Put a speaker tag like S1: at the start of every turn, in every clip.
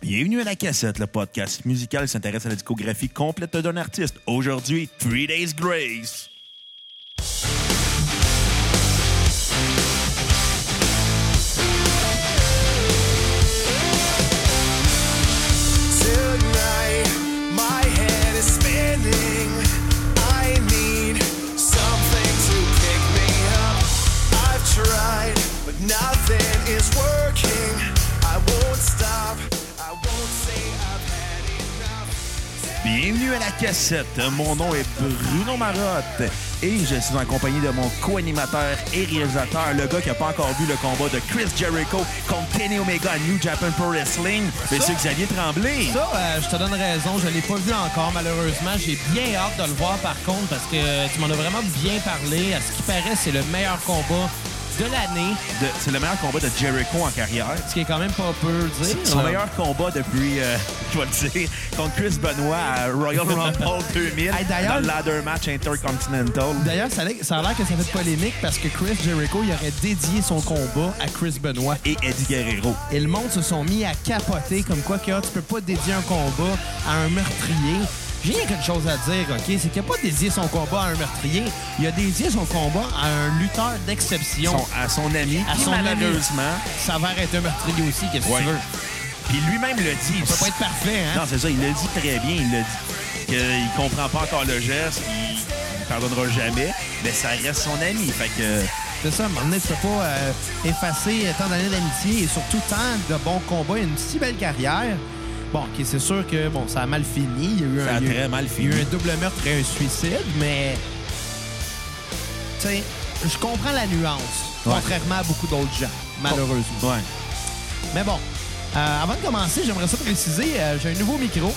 S1: Bienvenue à La Cassette, le podcast musical qui s'intéresse à la discographie complète d'un artiste. Aujourd'hui, Three Days Grace.
S2: Tonight, my head is spinning. I need something to pick me up. I've tried, but nothing is working. I won't stop. I won't say I've had enough.
S1: Bienvenue à La Cassette. Mon nom est Bruno Marotte et je suis en compagnie de mon co-animateur et réalisateur, le gars qui a pas encore vu le combat de Chris Jericho contre Kenny Omega à New Japan Pro Wrestling, Monsieur Xavier Tremblay.
S3: Ça, euh, je te donne raison. Je l'ai pas vu encore, malheureusement. J'ai bien hâte de le voir, par contre, parce que tu m'en as vraiment bien parlé. À ce qui paraît, c'est le meilleur combat de l'année,
S1: De- C'est le meilleur combat de Jericho en carrière.
S3: ce qui est quand même pas peu dire.
S1: Son meilleur combat depuis, euh, je vais le dire, contre Chris Benoit à Royal Rumble 2000
S3: Hey,
S1: dans
S3: d'ailleurs-
S1: le ladder match intercontinental.
S3: D'ailleurs, ça, a- ça a l'air que ça fait polémique parce que Chris Jericho, il aurait dédié son combat à Chris Benoit.
S1: Et Eddie Guerrero.
S3: Et le monde se sont mis à capoter comme quoi que ah, tu peux pas dédier un combat à un meurtrier. J'ai rien qu'une chose à dire, OK? C'est qu'il n'a pas dédié son combat à un meurtrier. Il a dédié son combat à un lutteur d'exception.
S1: Son- à son ami,
S3: À
S1: qui
S3: son ami.
S1: malheureusement,
S3: Ça va être un meurtrier aussi, qu'est-ce que
S1: Ouais.
S3: tu veux?
S1: puis lui-même le dit.
S3: Ça peut pas être parfait, hein?
S1: Non, c'est ça, il le dit très bien. Il le dit qu'il comprend pas encore le geste, il il pardonnera jamais, mais ça reste son ami. Fait que
S3: C'est ça, à un moment donné, tu peux pas euh, effacer tant d'années d'amitié et surtout tant de bons combats et une si belle carrière. Bon, OK, c'est sûr que bon, ça a mal fini. Il y a eu,
S1: Ça a
S3: un, il y
S1: très mal
S3: il y a eu
S1: fini.
S3: un double meurtre et un suicide, mais... Tu sais, je comprends la nuance,
S1: Ouais.
S3: contrairement à beaucoup d'autres gens, malheureusement.
S1: Ouais.
S3: Mais bon, euh, avant de commencer, j'aimerais ça préciser, euh, j'ai un nouveau micro.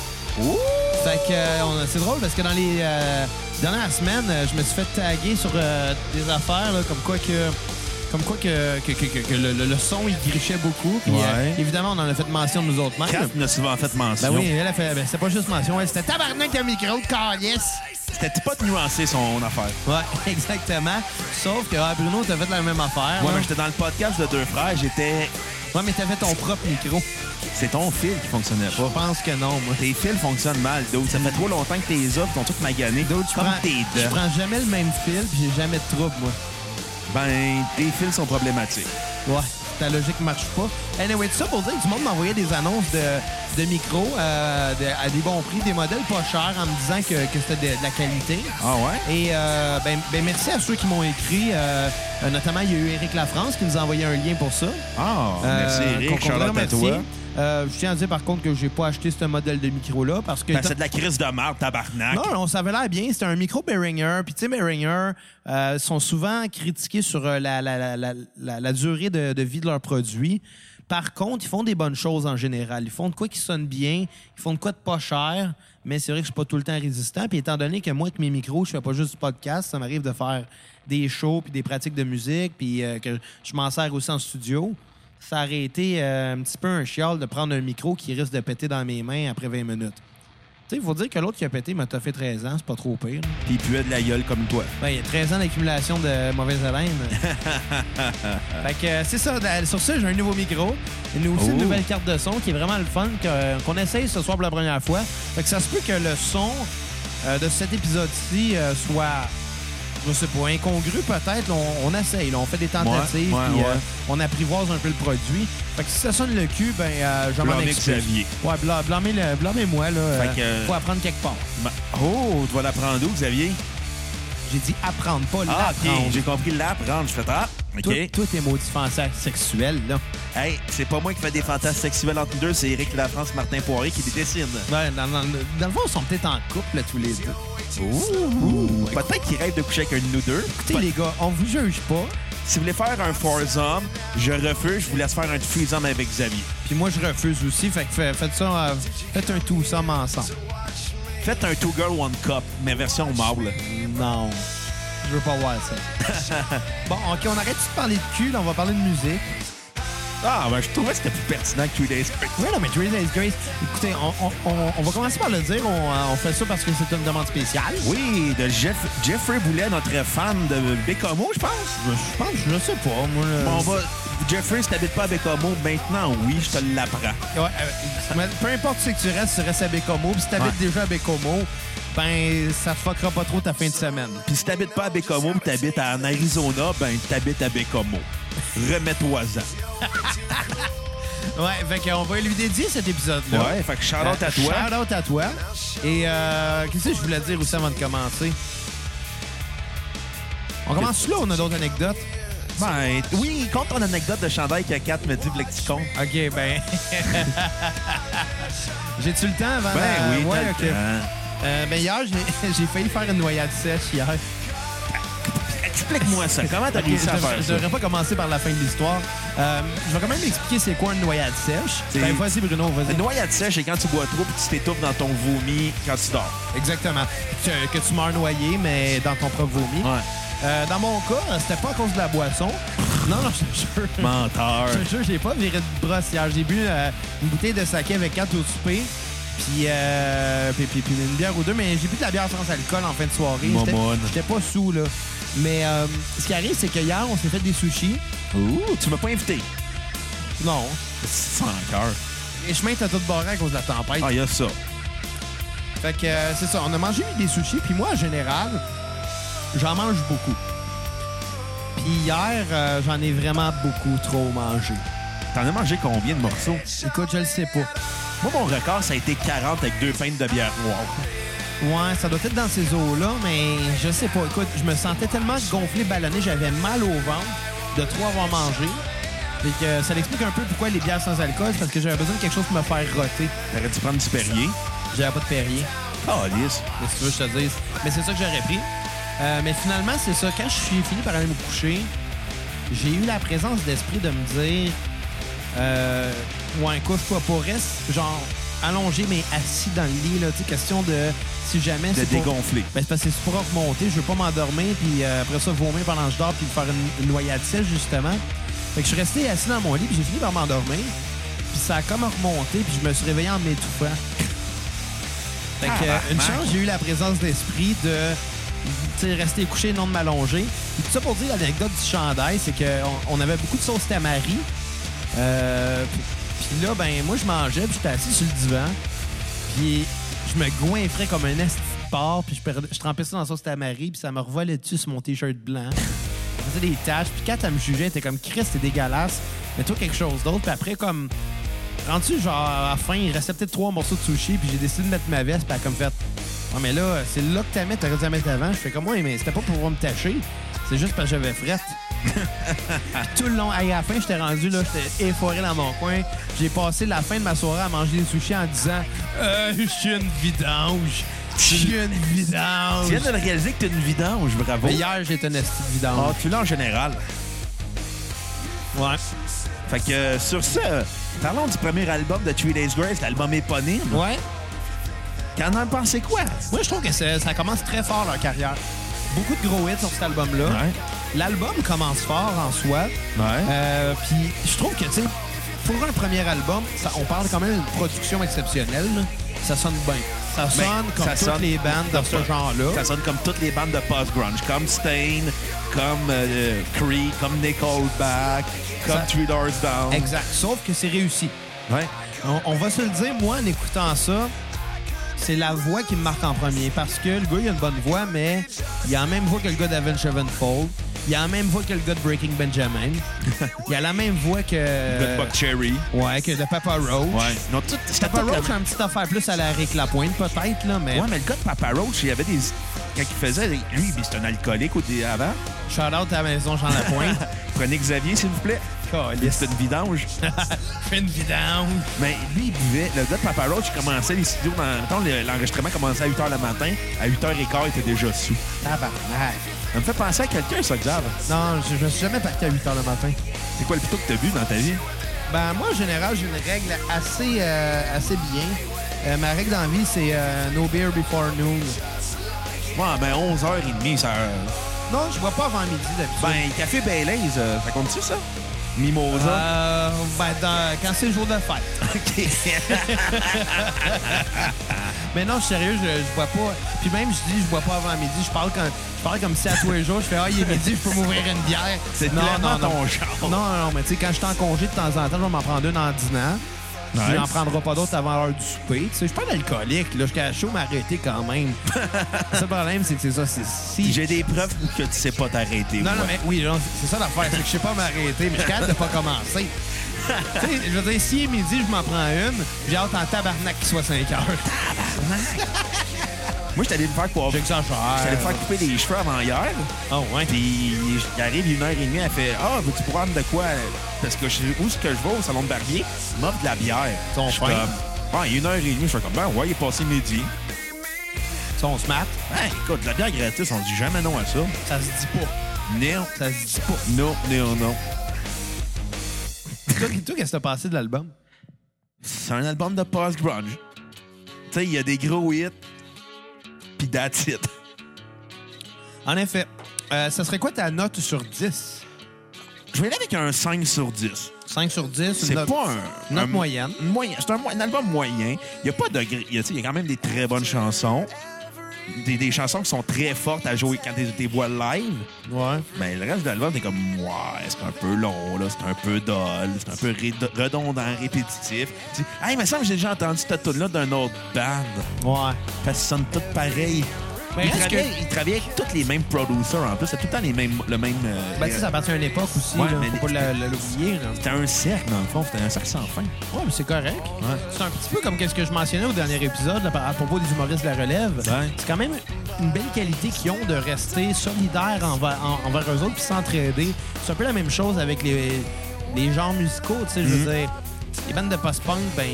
S3: Fait que euh, on- c'est drôle parce que dans les euh, dernières semaines, euh, je me suis fait taguer sur euh, des affaires là, comme quoi que comme quoi que, que- que- que- que le, le- le son il grichait beaucoup. Puis,
S1: Ouais.
S3: euh, évidemment, on en a fait mention nous autres même.
S1: Kraft n'a souvent fait
S3: Ben
S1: mention.
S3: oui, elle a fait. Ben, c'était pas juste mention, elle, c'était tabarnak de micro de calice.
S1: C'était pas de nuancer son affaire.
S3: Ouais, exactement. Sauf que ah, Bruno, t'as fait la même affaire.
S1: Moi,
S3: là.
S1: j'étais dans le podcast de deux frères, j'étais.
S3: Ouais, mais t'as fait ton propre micro.
S1: C'est ton fil qui fonctionnait
S3: Je
S1: pas.
S3: pense que non, moi.
S1: Tes fils fonctionnent mal, d'autres. Ça fait trop longtemps que tes offres, ton truc magané. D'autres,
S3: Je
S1: comme
S3: prends-
S1: tes
S3: je
S1: dents.
S3: prends jamais le même fil, puis j'ai jamais de trouble, moi.
S1: Ben, tes fils sont problématiques.
S3: Ouais, ta logique marche pas. Anyway, tout ça pour dire que du monde m'envoyait des annonces de, de micros euh, de- à des bons prix, des modèles pas chers, en me disant que, que c'était de, de la qualité.
S1: Ah ouais?
S3: Et euh, ben, ben, merci à ceux qui m'ont écrit. euh, euh, notamment, il y a eu Éric Lafrance qui nous a envoyé un lien pour ça.
S1: Ah,
S3: Euh,
S1: merci Ben,
S3: qu'on-
S1: Eric,
S3: qu'on
S1: Charlotte à
S3: remercie.
S1: toi.
S3: Euh, je tiens à dire par contre que j'ai pas acheté ce modèle de micro-là parce que.
S1: Ben, c'est de la crise de marde, tabarnak.
S3: Non, non, ça avait l'air bien. C'était un micro Behringer. Puis, tu sais, Behringer euh, sont souvent critiqués sur euh, la, la- la- la- la- la durée de, de vie de leurs produits. Par contre, ils font des bonnes choses en général. Ils font de quoi qui sonne bien, ils font de quoi de pas cher, mais c'est vrai que je suis pas tout le temps résistant. Puis, étant donné que moi, avec mes micros, je fais pas juste du podcast, ça m'arrive de faire des shows, puis des pratiques de musique, puis euh, que je m'en sers aussi en studio. Ça aurait été euh, un petit peu un chial de prendre un micro qui risque de péter dans mes mains après 20 minutes. Tu sais, il faut dire que l'autre qui a pété m'a fait 13 ans, c'est pas trop pire.
S1: Puis il puait de la gueule comme toi.
S3: Ben, il y a 13 ans d'accumulation de mauvaise haleine. fait que euh, c'est ça. dans- Sur ça, j'ai un nouveau micro. Une, aussi une
S1: Oh.
S3: nouvelle carte de son qui est vraiment le fun que- euh, qu'on essaye ce soir pour la première fois. Fait que ça se peut que le son euh, de cet épisode-ci euh, soit, je sais pas, incongru peut-être. On, on essaye. là. On fait des tentatives.
S1: Ouais, ouais,
S3: puis, euh,
S1: ouais.
S3: on apprivoise un peu le produit. Fait que si ça sonne le cul, ben, euh, je m'en
S1: Blâmez
S3: excuse.
S1: Xavier.
S3: Ouais, blâ- blâmez le- blâmez-moi. là.
S1: Fait que,
S3: euh, faut apprendre quelque part.
S1: Ma- Oh, tu vas la prendre où, Xavier?
S3: J'ai dit apprendre, pas
S1: Ah,
S3: l'apprendre.
S1: ok, j'ai compris la prendre. Je fais ah, ok.
S3: Toi, toi, t'es maudit fantasme sexuel, là.
S1: Hey, c'est pas moi qui fais des fantasmes sexuels entre nous deux, c'est Eric Lafrance, Martin Poiré qui les dessine.
S3: Ouais, dans, dans- dans le fond, ils sont peut-être en couple, là, tous les deux.
S1: Ouh. Peut-être qu'il rêve de coucher avec un de nous deux.
S3: Écoutez, les gars, on vous juge pas.
S1: Si vous voulez faire un foursome, je refuse, je vous laisse faire un threesome avec Xavier.
S3: Puis moi, je refuse aussi. Fait que fait- faites ça, euh, faites un tout somme ensemble.
S1: Faites un two girl one cup, mais version mâle.
S3: Non. Je veux pas voir ça. bon, OK, on arrête de parler de cul, là, on va parler de musique.
S1: Ah, ben je trouvais que c'était plus pertinent que Three Days Grace.
S3: Oui, non, mais Three Days Grace, écoutez, on, on- on- on va commencer par le dire. On, euh, on fait ça parce que c'est une demande spéciale.
S1: Oui, de Jeff- Jeffrey Boulet, notre fan de Bécamo, je pense.
S3: Je pense, je sais pas, moi. là.
S1: Bon, on va Jeffrey, si t'habites pas avec Homo, maintenant, oui, je te l'apprends.
S3: Ouais, euh, mais peu importe ce que tu restes, tu restes à Bécomo. Puis si t'habites
S1: Ouais.
S3: déjà à Bécomo, ben ça te fuckera pas trop ta fin de semaine.
S1: Puis si t'habites pas à Bécomo, mais t'habites en Arizona, ben t'habites à Bécomo. Remets-toi-en.
S3: Ouais, fait qu'on va lui dédier cet épisode-là.
S1: Ouais, fait que shout-out à toi.
S3: Shout-out à toi. Et euh, qu'est-ce que je voulais dire aussi avant de commencer? On commence là, on a d'autres anecdotes.
S1: Ben, oui, compte ton anecdote de chandail que 4 me dit Blexicon.
S3: OK, ben... J'ai-tu le temps avant?
S1: Ben
S3: la-
S1: oui,
S3: ouais,
S1: t'as le
S3: OK.
S1: temps.
S3: Euh, ben hier, j'ai- j'ai failli faire une noyade sèche hier.
S1: Explique-moi ça. Comment t'as
S3: Ok,
S1: réussi à
S3: je-
S1: faire
S3: Je
S1: ça?
S3: devrais pas commencer par la fin de l'histoire. Euh, je vais quand même expliquer c'est quoi une noyade sèche.
S1: C'est-
S3: Ben, vas-y, Bruno, vas-y.
S1: Une noyade sèche, c'est quand tu bois trop et tu t'étouffes dans ton vomi quand tu dors.
S3: Exactement. Que, que tu meurs noyé, mais dans ton propre vomi.
S1: Ouais.
S3: Euh, dans mon cas, euh, c'était pas à cause de la boisson. Non, non, je te jure.
S1: Menteur.
S3: Je te jure, j'ai pas viré de brosse hier. J'ai bu euh, une bouteille de saké avec quatre au souper, puis, euh, puis, puis- puis une bière ou deux, mais j'ai bu de la bière sans alcool en fin de soirée. J'étais-
S1: Momone.
S3: J'étais pas sous, là. Mais euh, ce qui arrive, c'est que hier, on s'est fait des sushis.
S1: Ouh, tu m'as pas invité.
S3: Non.
S1: Sans cœur.
S3: Les chemins étaient tous barrés à cause de la tempête.
S1: Ah, il y a ça.
S3: Fait que euh, c'est ça, on a mangé des sushis, puis moi, en général, j'en mange beaucoup. Puis hier, euh, j'en ai vraiment beaucoup trop mangé.
S1: T'en as mangé combien de morceaux?
S3: Écoute, je le sais pas.
S1: Moi, mon record, ça a été 40 avec deux pintes de bière noire.
S3: Ouais, ça doit être dans ces eaux-là, mais je sais pas. Écoute, je me sentais tellement gonflé, ballonné, j'avais mal au ventre de trop avoir mangé. Fait que euh, ça l'explique un peu pourquoi les bières sans alcool, c'est parce que j'avais besoin de quelque chose pour me faire roter.
S1: T'aurais dû prendre du Perrier.
S3: J'avais pas de Perrier.
S1: Ah, lisse.
S3: Mais si tu veux, je te dise. Mais c'est ça que j'aurais pris. Euh, mais finalement, c'est ça. Quand je suis fini par aller me coucher, j'ai eu la présence d'esprit de me dire euh, Ouais, couche-toi pas, reste genre allongé, mais assis dans le lit. Là, Tu sais, question de si jamais.
S1: De
S3: c'est pour-
S1: dégonfler.
S3: Ben, c'est parce que c'est pour remonter, je veux pas m'endormir, puis euh, après ça, vomir pendant que je dors, puis faire une, une noyade sèche, justement. Fait que je suis resté assis dans mon lit, puis j'ai fini par m'endormir. Puis ça a comme remonté, puis je me suis réveillé en m'étouffant. Fait que, euh, une
S1: Tabarnak.
S3: chance, j'ai eu la présence d'esprit de tu sais, rester couché, non de m'allonger. Puis tout ça pour dire l'anecdote du chandail, c'est qu'on on avait beaucoup de sauce tamari. Euh, puis- puis là, ben moi, je mangeais, puis j'étais assis sur le divan. Puis je me goinfrais comme un esti de porc, puis je, perdais- je trempais ça dans la sauce tamari, puis ça me revolait dessus sur mon T-shirt blanc. Ça faisait des taches. Puis quand elle me jugeait, elle était comme « Chris, t'es dégueulasse. Mets-toi quelque chose d'autre. » Puis après, comme... Rendu, genre, à la fin, il restait peut-être trois morceaux de sushi, puis j'ai décidé de mettre ma veste, puis elle a comme fait « Ouais, mais là, c'est là que t'as mis, t'aurais dû la mettre avant. » Je fais comme « Ouais, mais c'était pas pour pouvoir me tacher. C'est juste parce que j'avais frette. » Puis tout le long, à la fin, j'étais rendu, là, j'étais efforé dans mon coin. J'ai passé la fin de ma soirée à manger des sushis en disant Euh, je suis une vidange. Je suis une
S1: Tu viens
S3: vidange.
S1: de le réaliser que t'es une vidange, bravo.
S3: Mais hier, j'étais une esti de
S1: Ah,
S3: vidange.
S1: tu l'as en général.
S3: Ouais.
S1: Fait que euh, sur ça, euh, parlons du premier album de Three Days Grace, l'album éponyme.
S3: Ouais.
S1: T'en as pensé quoi?
S3: Moi, je trouve que ça, ça commence très fort leur carrière. Beaucoup de gros hits sur cet album-là.
S1: Ouais.
S3: L'album commence fort en soi. Euh, Puis je trouve que, tu sais, pour un premier album, ça- on parle quand même d'une production exceptionnelle. là. Ça sonne bien. Ça sonne
S1: Ben,
S3: comme
S1: ça
S3: toutes
S1: sonne
S3: les bandes dans ce
S1: comme-
S3: genre-là.
S1: Ça sonne comme toutes les bandes de post-grunge, comme Stain, comme euh, Cree, comme Nickelback, comme
S3: Ça-
S1: Three Doors Down.
S3: Exact. Sauf que c'est réussi.
S1: Ouais.
S3: On, on va se le dire, moi, en écoutant ça, c'est la voix qui me marque en premier. Parce que le gars, il a une bonne voix, mais il a la même voix que le gars d'Avenged Sevenfold. Il a la même voix que le gars de Breaking Benjamin. il a la même voix que...
S1: Good Buck Cherry.
S3: Ouais, que de Papa Roach.
S1: Ouais. Non, tout, c'était
S3: Papa
S1: tout la
S3: Roach hein. a
S1: même-
S3: une petite affaire plus à la Rick Lapointe, peut-être, là, mais...
S1: Ouais, mais le gars de Papa Roach, il y avait des. Quand il faisait, lui, il- c'était un alcoolique au dé- avant.
S3: Shout-out à la maison Jean Lapointe.
S1: Prenez Xavier, s'il vous plaît.
S3: Caliste.
S1: C'était une vidange.
S3: Fais une vidange.
S1: Mais lui, il buvait. Le gars de Papa Roach, il commençait les studios. Dans, mettons, le- l'enregistrement commençait à 8h le matin. À 8h15, il était déjà sous.
S3: Tabarnak.
S1: Ça me fait penser à quelqu'un, ça, Xav.
S3: Non, je, je me suis jamais parti à 8 heures le matin.
S1: C'est quoi le plus tôt que t'as bu dans ta vie?
S3: Ben, moi, en général, j'ai une règle assez, euh, assez bien. Euh, ma règle dans la vie, c'est euh, no beer before noon.
S1: Ouais, ben 11h30, ça.
S3: euh, Non, je bois pas avant midi d'habitude.
S1: Ben, café Baileys, euh, ça compte-tu, ça? Mimosa.
S3: Euh, ben, dans- quand c'est le jour de fête.
S1: OK.
S3: Mais non, je suis sérieux, je, je bois pas. Puis même, je dis, je bois pas avant midi. Je parle, quand, je parle comme si à tous les jours, je fais, ah, il est midi, je peux m'ouvrir une bière.
S1: C'est
S3: non,
S1: clairement
S3: non, non.
S1: ton genre.
S3: Non, non, non, mais tu sais, quand je suis en congé de temps en temps, je vais m'en prendre une en dînant. Je
S1: Nice.
S3: n'en prendrai pas d'autres avant l'heure du souper. Tu sais, je suis pas un alcoolique, là. Je suis capable de chaud m'arrêter quand même. Le seul problème, c'est que c'est ça. C'est si.
S1: J'ai des preuves que tu sais pas t'arrêter.
S3: Non, non,
S1: ouais.
S3: mais oui, non, c'est ça l'affaire. C'est que je sais pas m'arrêter, mais je suis capable de pas commencer. tu sais, je veux dire, si il est midi, je m'en prends une, j'ai hâte en tabarnak qu'il soit 5 heures.
S1: Moi, j'étais allé me faire coiffer.
S3: J'exagère.
S1: J'allais me faire couper les cheveux avant hier.
S3: Oh, ouais.
S1: Puis il arrive une heure et demie, elle fait Ah, veux-tu prendre de quoi Parce que je sais où ce que je vais au salon de barbier, Il m'offre de la bière.
S3: Ton
S1: Je suis
S3: pain.
S1: comme, Ah, il est une heure et demie, je suis comme Ben ouais, il est passé midi.
S3: Ça, on se mate.
S1: Ben écoute, la bière gratis, on dit jamais non à ça.
S3: Ça se dit pas.
S1: Non,
S3: Ça se dit pas.
S1: non, non, non.
S3: Toi, toi, qu'est-ce que t'as passé de l'album?
S1: C'est un album de post-grunge. Tu sais, il y a des gros hits, puis that's it.
S3: En effet, euh, ça serait quoi ta note sur 10?
S1: Je vais aller avec un 5 sur 10.
S3: 5 sur 10?
S1: C'est pas un.
S3: Note
S1: un-
S3: moyenne.
S1: moyen. C'est un, mo- un album moyen. Il y a pas de. gr- Il y, a- tu sais, il y a quand même des très bonnes chansons. Des, des chansons qui sont très fortes à jouer quand tu les vois live.
S3: Ouais.
S1: Mais le reste de l'album, t'es comme, ouais, c'est un peu long, là, c'est un peu dol, c'est un peu ré- redondant, répétitif. Tu dis, hey, mais ça, j'ai déjà entendu cette tune-là d'un autre band.
S3: Ouais.
S1: Parce qu'ils sonnent toutes pareilles.
S3: Mais
S1: ils,
S3: reste
S1: travaillent, ils travaillent avec tous les mêmes producers en plus. C'est tout le temps les mêmes, le même. euh,
S3: Ben, tu sais, ça appartient à une époque aussi.
S1: Ouais,
S3: là.
S1: mais
S3: Faut pas la- la- l'oublier, là.
S1: C'était un cercle, dans le fond. C'était un cercle sans fin.
S3: Ouais, mais c'est correct. C'est un petit peu comme ce que je mentionnais au dernier épisode là, à propos des humoristes de la relève.
S1: Ouais.
S3: C'est quand même une belle qualité qu'ils ont de rester solidaires envers, en- envers eux autres puis s'entraider. C'est un peu la même chose avec les, les genres musicaux, tu sais, je
S1: Mm-hmm.
S3: veux dire. Les bandes de post-punk, ben,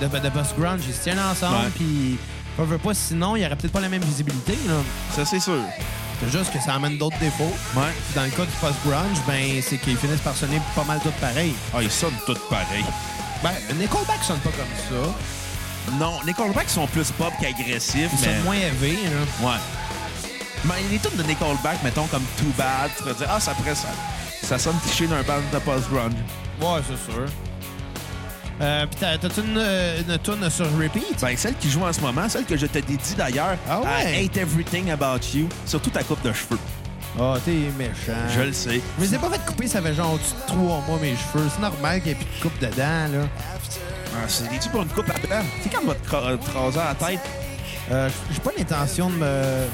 S3: de, de post-grunge, ils se tiennent
S1: Ouais.
S3: ensemble, puis on veut pas, sinon, il n'y aurait peut-être pas la même visibilité. là.
S1: Ça, c'est sûr.
S3: C'est juste que ça amène d'autres défauts.
S1: Ouais.
S3: Puis Dans le cas du post-grunge, ben, c'est qu'ils finissent par sonner pas mal tout pareil.
S1: Ah, ils sonnent tous pareils.
S3: Ben, les callbacks sonnent pas comme ça.
S1: Non, les callbacks sont plus pop qu'agressifs,
S3: Ils
S1: mais.
S3: sont moins élevés, là.
S1: Ouais. Mais les tunes de des callbacks, mettons, comme Too Bad, tu pourrais dire, ah, ça pourrait ça. Ça sonne cliché d'un band de post-grunge.
S3: Ouais, c'est sûr. Euh, Puis t'as- t'as-tu une, euh, une toune sur repeat?
S1: Ben, celle qui joue en ce moment, celle que je te dédie d'ailleurs,
S3: Ah ouais?
S1: I Hate Everything About You, surtout ta coupe de cheveux.
S3: Ah, t'es méchant.
S1: Je le sais.
S3: Je les ai pas fait couper, ça fait genre au-dessus de trois mois mes cheveux. C'est normal qu'il y ait plus de coupe dedans, là.
S1: Ah, c'est des pour une coupe à blanc. C'est quand votre cra- euh, raser à la tête.
S3: Euh, J'ai pas l'intention de me...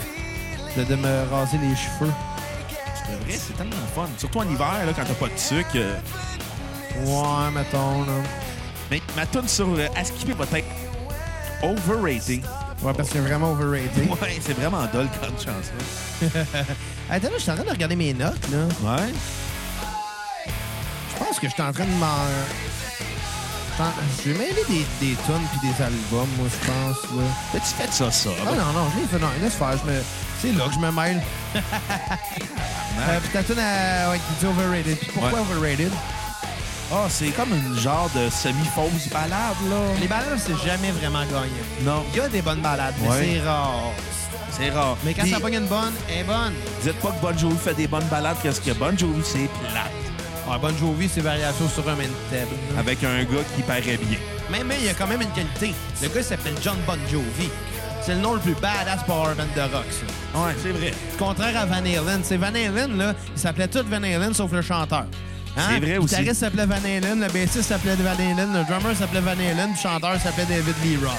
S3: De, de me raser les cheveux.
S1: C'est vrai, c'est tellement fun. Surtout en hiver, là, quand t'as pas de sucre. euh.
S3: Ouais, mettons, là.
S1: Mais ma tune sur euh, à skipper va être Overrating.
S3: Ouais, parce que c'est vraiment overrated.
S1: Ouais, c'est vraiment dole comme chanson.
S3: Attends, là, je suis en train de regarder mes notes, là.
S1: Ouais.
S3: Je pense que je suis en train de m'en... J'ai mêlé des, des tonnes puis des albums, moi, je pense, là.
S1: Mais tu fais ça, ça.
S3: Ah non, non, je l'ai fait. Non, laisse faire. Je me... C'est là que je me mêle. euh, puis ta toune à... ouais, qui dit overrated. Puis pourquoi overrated?
S1: Ah, c'est comme une genre de semi-fausse balade, là.
S3: Les balades, c'est jamais vraiment gagné.
S1: Non.
S3: Il y a des bonnes balades, mais
S1: Ouais.
S3: c'est rare.
S1: C'est rare.
S3: Mais quand
S1: Puis,
S3: ça pogne une bonne, elle est bonne.
S1: Dites pas que Bon Jovi fait des bonnes balades, parce que Bon Jovi, c'est plate.
S3: Ah, bonne Jovi, c'est variation sur un même thème.
S1: Avec un gars qui paraît bien.
S3: Mais, mais il y a quand même une qualité. Le gars s'appelle John Bon Jovi. C'est le nom le plus badass power band de rock, ça.
S1: Ouais, c'est vrai.
S3: Contraire à Van Halen. C'est Van Halen, là, il s'appelait tout Van Halen sauf le chanteur. Hein?
S1: C'est vrai
S3: Le
S1: aussi.
S3: guitariste s'appelait Van Halen, le bassiste s'appelait Van Halen, le drummer s'appelait Van Halen, le chanteur s'appelait David Lee Roth.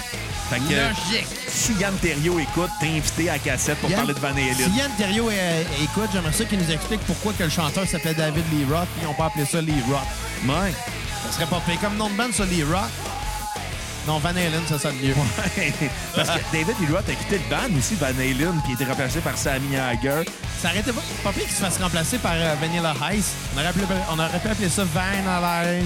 S1: Fait que
S3: Logique.
S1: si Yann Terriot écoute, t'es invité à la cassette pour
S3: Yann-
S1: parler de Van Halen.
S3: Si Yann Thériault euh, écoute, j'aimerais ça qu'il nous explique pourquoi que le chanteur s'appelait David Lee Roth et ils n'ont pas appelé ça Lee Roth.
S1: Ouais.
S3: Ça serait pas payé comme nom de band, ça, Lee Roth. Non, Van Halen, ça sonne mieux.
S1: Parce que David Lee Roth a quitté le band aussi, Van Halen, puis il était remplacé par Sammy Hager.
S3: Ça arrêtait pas. Pas pire qu'il se fasse remplacer par euh, Vanilla Ice. On aurait, appelé- on aurait pu appeler ça Van Halen.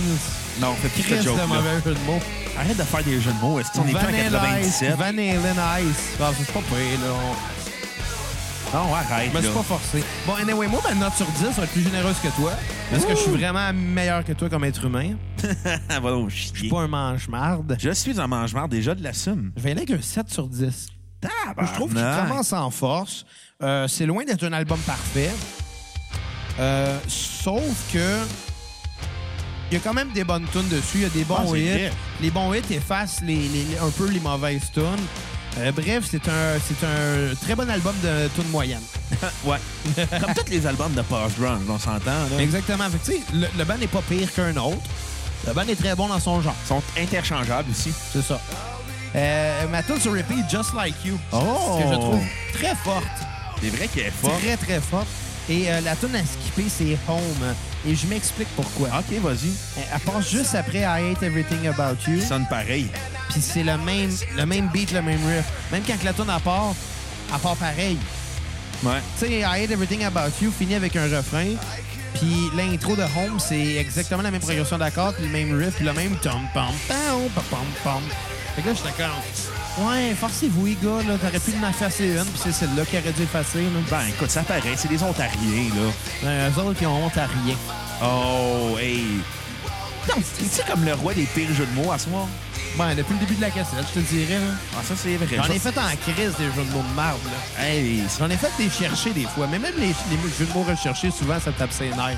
S1: Non, fait plus
S3: Chris
S1: de joke.
S3: de mauvais jeu de mots.
S1: Arrête de faire des jeux de mots. Est-ce qu'on est plus en
S3: Vanilla Ice.
S1: 97?
S3: Vanilla Ice. Ah, c'est pas pire, là. On-
S1: Non, arrête.
S3: Je me suis
S1: là.
S3: pas forcé. Bon, anyway, moi, ma note sur 10 va être plus généreuse que toi. Parce que je suis
S1: Ouh.
S3: vraiment meilleur que toi comme être humain.
S1: Ah, va donc chier.
S3: Pas un manche-marde.
S1: Je suis un mange-marre déjà de la somme.
S3: Je vais aller avec un 7 sur 10.
S1: Tabarnak.
S3: Ah, Je trouve qu'il commence en force. Euh, c'est loin d'être un album parfait. Euh, sauf que il y a quand même des bonnes tunes dessus, il y a des bons
S1: Ah, c'est
S3: hits.
S1: vrai.
S3: Les bons hits effacent les, les- les- un peu les mauvaises tunes. Euh, bref, c'est un, c'est un très bon album de tune moyenne.
S1: ouais. Comme tous les albums de Post Grunge, on s'entend. là.
S3: Exactement. Fait que, tu sais, le, le band n'est pas pire qu'un autre. Le band est très bon dans son genre.
S1: Ils sont interchangeables aussi.
S3: C'est ça. Euh, ma tune sur repeat, Just Like You.
S1: Oh!
S3: Que je trouve très forte.
S1: C'est vrai qu'il est fort.
S3: Très, très forte. Et euh, la tune à skipper, c'est Home. Et je m'explique pourquoi. Euh,
S1: Ok, vas-y.
S3: Elle elle passe juste après I Hate Everything About You.
S1: Ça sonne pareil.
S3: Puis c'est le même, le même beat, le même riff. Même quand que la tune elle part, elle part pareil.
S1: Ouais.
S3: Tu sais, I Hate Everything About You finit avec un refrain. Puis l'intro de Home, c'est exactement la même progression d'accords, puis le même riff, puis le même tom pam pam pam pam pam. Fait que là, j'étais comme, ouais, forcez-vous, les gars, là, t'aurais pu en effacer une, puis c'est celle-là qui aurait dû effacer, là.
S1: Ben écoute, ça paraît, c'est des Ontariens, là.
S3: Ben, eux autres, ils ont honte à rien.
S1: Oh, hey. Non, tu sais comme le roi des pires jeux de mots à ce moment.
S3: Ben, depuis le début de la cassette, je te dirais, là.
S1: Ah, ça, c'est vrai.
S3: J'en ai
S1: Ça,
S3: fait en crise des jeux de mots de marbre, là.
S1: Hey, ça-
S3: J'en ai fait des cherchés des fois, mais même les, les jeux de mots recherchés, souvent, ça me tape ses nerfs.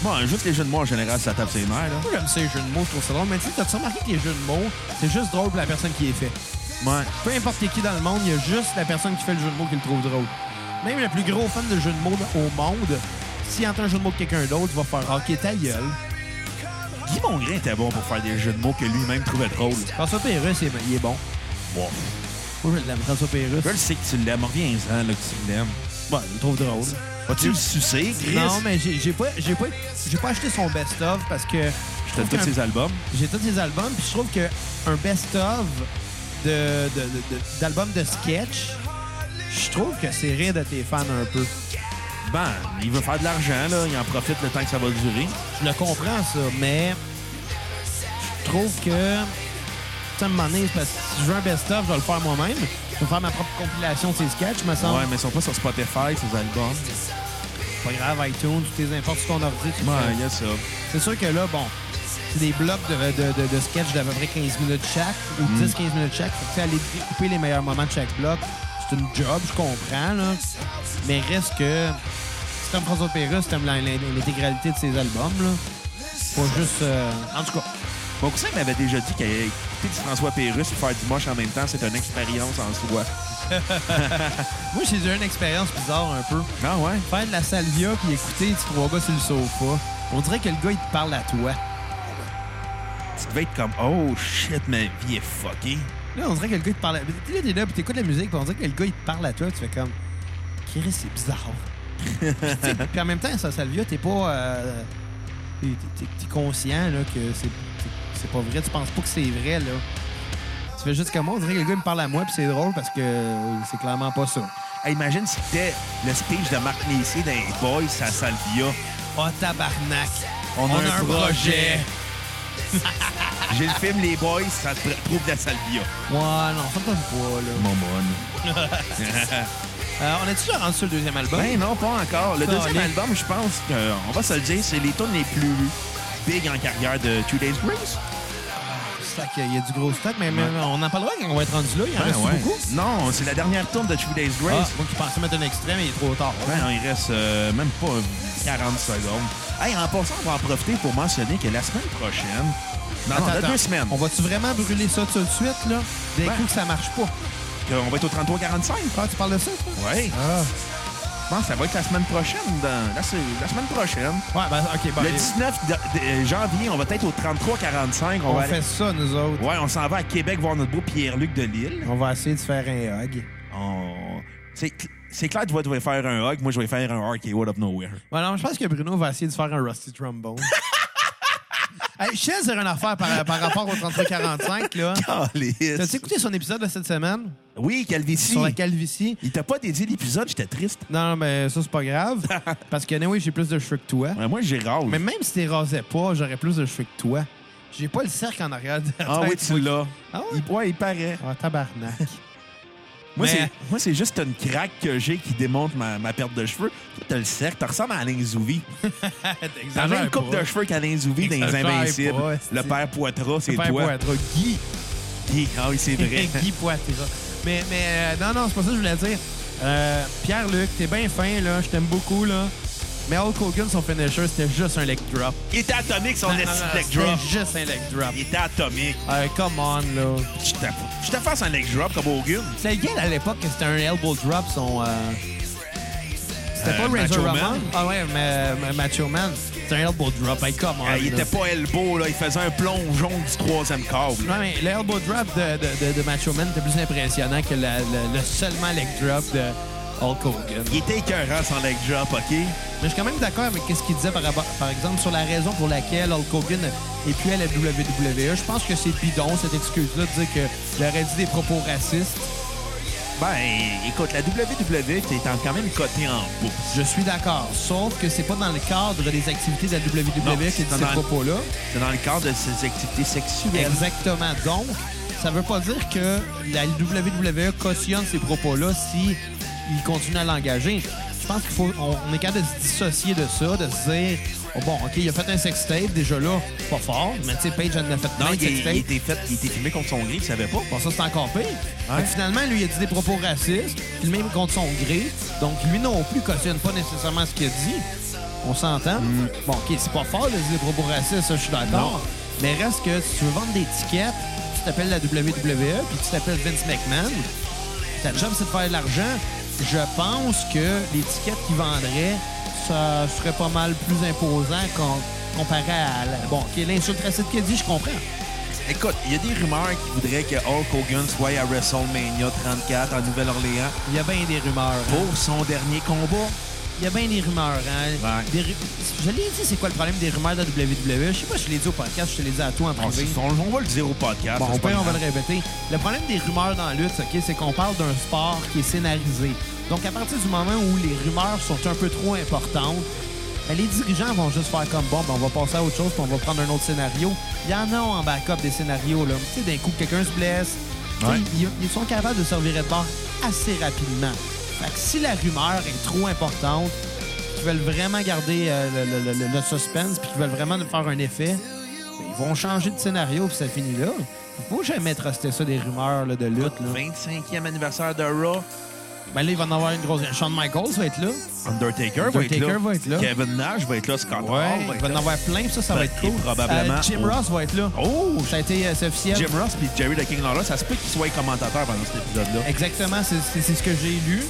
S1: bon, juste les jeux de mots en général, ça tape ses nerfs, là.
S3: Moi, j'aime ça, les jeux de mots, je trouve ça drôle. Mais tu sais, t'as-tu remarqué que les jeux de mots, c'est juste drôle pour la personne qui les fait?
S1: Ouais.
S3: Peu importe qui dans le monde, il y a juste la personne qui fait le jeu de mots qui le trouve drôle. Même le plus gros fan de jeux de mots au monde, s'il entend un jeu de mots de quelqu'un d'autre, il va faire « Ok, ta gueule
S1: Guy Mongrain était bon pour faire des jeux de mots que lui-même trouvait drôles. ».
S3: François Pérusse, il est- il est bon.
S1: Wow.
S3: Moi, je l'aime, François Pérusse.
S1: Je le sais que tu l'aimes. Reviens-en, là, que tu l'aimes.
S3: Ouais, il le trouve drôle.
S1: Vas-tu le sucer, Chris?
S3: Non, mais j'ai j'ai pas, j'ai pas, j'ai pas acheté son best-of parce que...
S1: Je te tous ses albums.
S3: J'ai tous ses albums, puis je trouve que un best-of de, de, de- de- d'albums de sketch, je trouve que c'est rire de tes fans un peu.
S1: Ben, il veut faire de l'argent, là. Il en profite le temps que ça va durer.
S3: Je le comprends, ça, mais je trouve que. Ça me donné, c'est parce que si je veux un best-of, je vais le faire moi-même. Je vais faire ma propre compilation de ses sketchs, me semble.
S1: Ouais, mais ils sont pas sur Spotify, ces albums.
S3: C'est Pas grave, iTunes, tu les importes sur ton ordi. tu fais.
S1: Ouais, il y a ça.
S3: C'est sûr que là, bon, c'est des blocs de, de, de, de sketch d'à peu près 15 minutes chaque, ou 10-15 minutes chaque. Fait que, tu sais, aller découper les meilleurs moments de chaque bloc, c'est une job, je comprends, là. Mais reste que, si t'aimes François Pérusse, t'aimes la- la- l'intégralité de ses albums, là. Pas juste... euh, En tout cas,
S1: Mon cousin m'avait déjà dit qu'écouter du François Pérusse et faire du moche en même temps, c'est une expérience en soi.
S3: moi, j'ai eu une expérience bizarre un peu.
S1: Ah ouais?
S3: Faire de la salvia puis écouter les trois gars sur le sofa, on dirait que le gars, il te parle à toi.
S1: Tu devais être comme « Oh shit, ma vie est fuckée
S3: Là, on dirait que le gars, il te parle à... T'es là, t'es là, puis t'écoutes la musique, puis on dirait que le gars, il te parle à toi, puis tu fais comme... Chris, c'est bizarre. puis, tu sais, puis en même temps, ça, Salvia, t'es pas... euh, t'es- t'es t'es conscient, là, que c'est- c'est c'est pas vrai. Tu penses pas que c'est vrai, là. Tu fais juste comme moi, on dirait que le gars, il me parle à moi, puis c'est drôle, parce que euh, c'est clairement pas ça. ».
S1: Hey, Ah, Imagine si c'était le speech de Marc Messier dans les Boys à Salvia.
S3: Oh, tabarnak!
S1: On a un projet. J'ai le film Les Boys, ça te trouve de la Salvia.
S3: Ouais, non, ça me passe pas, là.
S1: Mon
S3: Euh, on est-tu déjà rendu sur le deuxième album?
S1: Ben non, pas encore. Le
S3: Ça,
S1: deuxième
S3: les-
S1: album, je pense qu'on va se le dire, c'est les tunes les plus big en carrière de Two Days Grace.
S3: Sac, il y a du gros stock, mais mais on en parlera quand on va être rendu là. Il y en reste beaucoup.
S1: Non, c'est la dernière tourne de Two Days
S3: Ah,
S1: Grace.
S3: moi qui pensais mettre un extrait, mais il est trop tard.
S1: Ben, non, il reste euh, même pas 40 secondes. Hey, en passant, on va en profiter pour mentionner que la semaine prochaine, non, non,
S3: Attends,
S1: dans
S3: attends.
S1: deux semaines,
S3: On va-tu vraiment brûler ça tout de suite, là? D'un
S1: Ben.
S3: coup que ça marche pas.
S1: on va être au 33-45.
S3: Ah, tu parles de ça, toi?
S1: Oui,
S3: Ah.
S1: je pense que ça va être la semaine prochaine. Dans, la, se- la semaine prochaine,
S3: Ouais, ben, OK, ben,
S1: le 19 de- de- janvier, on va être au 33-45. On,
S3: on
S1: va
S3: fait
S1: aller-
S3: ça, nous autres.
S1: Ouais, on s'en va à Québec voir notre beau Pierre-Luc de Lille.
S3: On va essayer de faire un hug.
S1: On... C'est cl- c'est clair que tu vas devoir faire un hug. Moi, je vais faire un RKO of Nowhere.
S3: Ouais, non, je pense que Bruno va essayer de faire un Rusty Trombone. hey, je sais dire une affaire par, par rapport au 3345, là. T'as-tu
S1: Calisse.
S3: écouté son épisode de cette semaine?
S1: Oui, Calvici.
S3: Sur la calvitie?
S1: Il t'a pas dédié l'épisode, j'étais triste.
S3: Non, mais ça, c'est pas grave. parce que, oui, j'ai plus de cheveux que toi.
S1: Ouais, moi, j'ai rare.
S3: Mais même si t'es rasais pas, j'aurais plus de cheveux que toi. J'ai pas le cercle en arrière de la
S1: Ah
S3: tête,
S1: oui, tu l'as.
S3: Ah ouais?
S1: Il, ouais, il paraît.
S3: Ah, tabarnak.
S1: Moi,
S3: Mais-
S1: c'est- moi, c'est juste une craque que j'ai qui démontre ma, ma perte de cheveux. Toi, t'as le cercle. T'as ressembles à Alain Zouvi. T'as la même coupe de cheveux qu'Alain Zouvi dans Les
S3: Exagère
S1: Invincibles.
S3: pas, c'est-
S1: le père Poitras, c'est
S3: Père
S1: toi.
S3: Poitras. Guy.
S1: Guy. Ah oui, c'est vrai.
S3: Guy Poitras. Mais, mais euh, non, non, c'est pas ça que je voulais dire. Euh, Pierre-Luc, t'es bien fin, là. Je t'aime beaucoup, là. Mais Hulk Hogan, son finisher, c'était juste un leg drop.
S1: Il était atomique, son
S3: Non, non, non,
S1: esti de leg
S3: C'était
S1: drop.
S3: juste un leg drop.
S1: Il était atomique.
S3: Euh, come on, là.
S1: Je tape. J'étais face à un leg drop comme Hogan.
S3: C'est lequel à l'époque que c'était un elbow drop, son. euh, C'était
S1: Euh,
S3: pas Razor
S1: Macho
S3: Ramon?
S1: Man?
S3: Ah ouais, mais, mais Macho Man, c'était un elbow drop. Hey, come on,
S1: Ah, il
S3: là.
S1: était pas elbow, là. Il faisait un plongeon du troisième câble.
S3: Ouais, mais l'elbow drop de, de, de, de Macho Man était plus impressionnant que la- le, le seulement leg drop de Hulk Hogan.
S1: Il était écœurant sans leg drop, OK?
S3: Mais je suis quand même d'accord avec ce qu'il disait par, rapport- par exemple sur la raison pour laquelle Hulk Hogan est plus à la WWE. Je pense que c'est bidon, cette excuse-là, de dire qu'il aurait dit des propos racistes.
S1: Ben, écoute, la WWE était quand même cotée en bourse.
S3: Je suis d'accord, sauf que c'est pas dans le cadre des activités de la E
S1: Non,
S3: WWE qu'il dit
S1: c'est
S3: ces
S1: dans-
S3: propos-là.
S1: C'est dans le cadre de ses activités sexuelles.
S3: Exactement. Donc, ça veut pas dire que la WWE cautionne ces propos-là si il continue à l'engager. Je pense qu'il faut, on, on est capable de se dissocier de ça, de se dire, oh, bon, ok, il a fait un sextape déjà là, pas fort, mais tu sais, Page en a fait
S1: Non,
S3: plein
S1: il,
S3: de
S1: il
S3: sextapes.
S1: était fait, il était filmé contre son gré, il savait pas.
S3: Bon, ça, c'est encore pire. Fait que Finalement, lui, il a dit des propos racistes, puis même contre son gré. Donc, lui non plus cautionne pas nécessairement ce qu'il a dit. On s'entend. Bon, OK, c'est pas fort de dire des propos racistes, ça, je suis
S1: Non.
S3: d'accord. Mais reste que si tu veux vendre des tickets, tu t'appelles la WWE, puis tu t'appelles Vince McMahon, ta job, c'est de faire de l'argent. Je pense que l'étiquette qu'ils vendraient, ça serait pas mal plus imposant qu'on comparé à... la- Bon, OK, l'insulte raciste qu'il a dit, je comprends.
S1: Écoute, il y a des rumeurs qui voudraient que Hulk Hogan soit à WrestleMania 34 en Nouvelle-Orléans
S3: Il y a bien des rumeurs. hein.
S1: pour son dernier combat.
S3: Il y a bien des rumeurs, hein?
S1: Ouais.
S3: Des ru- Je l'ai dit, c'est quoi le problème des rumeurs de la WWE? Je sais pas, je l'ai dit au podcast, je te l'ai dit à toi en
S1: On,
S3: privé.
S1: on- on va le dire au podcast. ça,
S3: Bon, au
S1: Ah, c'est pas
S3: pire, on va
S1: grave.
S3: le répéter. Le problème des rumeurs dans la lutte, OK, c'est qu'on parle d'un sport qui est scénarisé. Donc, à partir du moment où les rumeurs sont un peu trop importantes, ben, les dirigeants vont juste faire comme bon, ben, on va passer à autre chose, puis on va prendre un autre scénario. Il y en a en backup des scénarios. Là. Tu sais, d'un coup, quelqu'un se blesse. Tu sais,
S1: Ouais.
S3: Ils, ils sont capables de servir de bord assez rapidement. Fait que si la rumeur est trop importante, qu'ils veulent vraiment garder euh, le, le- le- le suspense, puis qu'ils veulent vraiment nous faire un effet, ben, ils vont changer de scénario, puis ça finit là. Faut jamais truster ça des rumeurs là, de lutte. Là.
S1: 25e anniversaire de Raw.
S3: Ben là, il va en avoir une grosse. Shawn Michaels va être là.
S1: Undertaker,
S3: Undertaker
S1: va, être là.
S3: va être là.
S1: Kevin Nash va être là. Scott Hall va
S3: il
S1: être
S3: va en
S1: Ah, ben, là.
S3: avoir plein, puis ça, ça va
S1: Ben,
S3: être cool.
S1: et probablement-
S3: Euh, Jim
S1: Oh.
S3: Ross va être là.
S1: Oh,
S3: Ça a été euh, c'est officiel.
S1: Jim Ross puis Jerry the King Lawler, ça se peut qu'ils soient commentateurs pendant cet épisode-là.
S3: Exactement, c'est- c'est c'est ce que j'ai lu.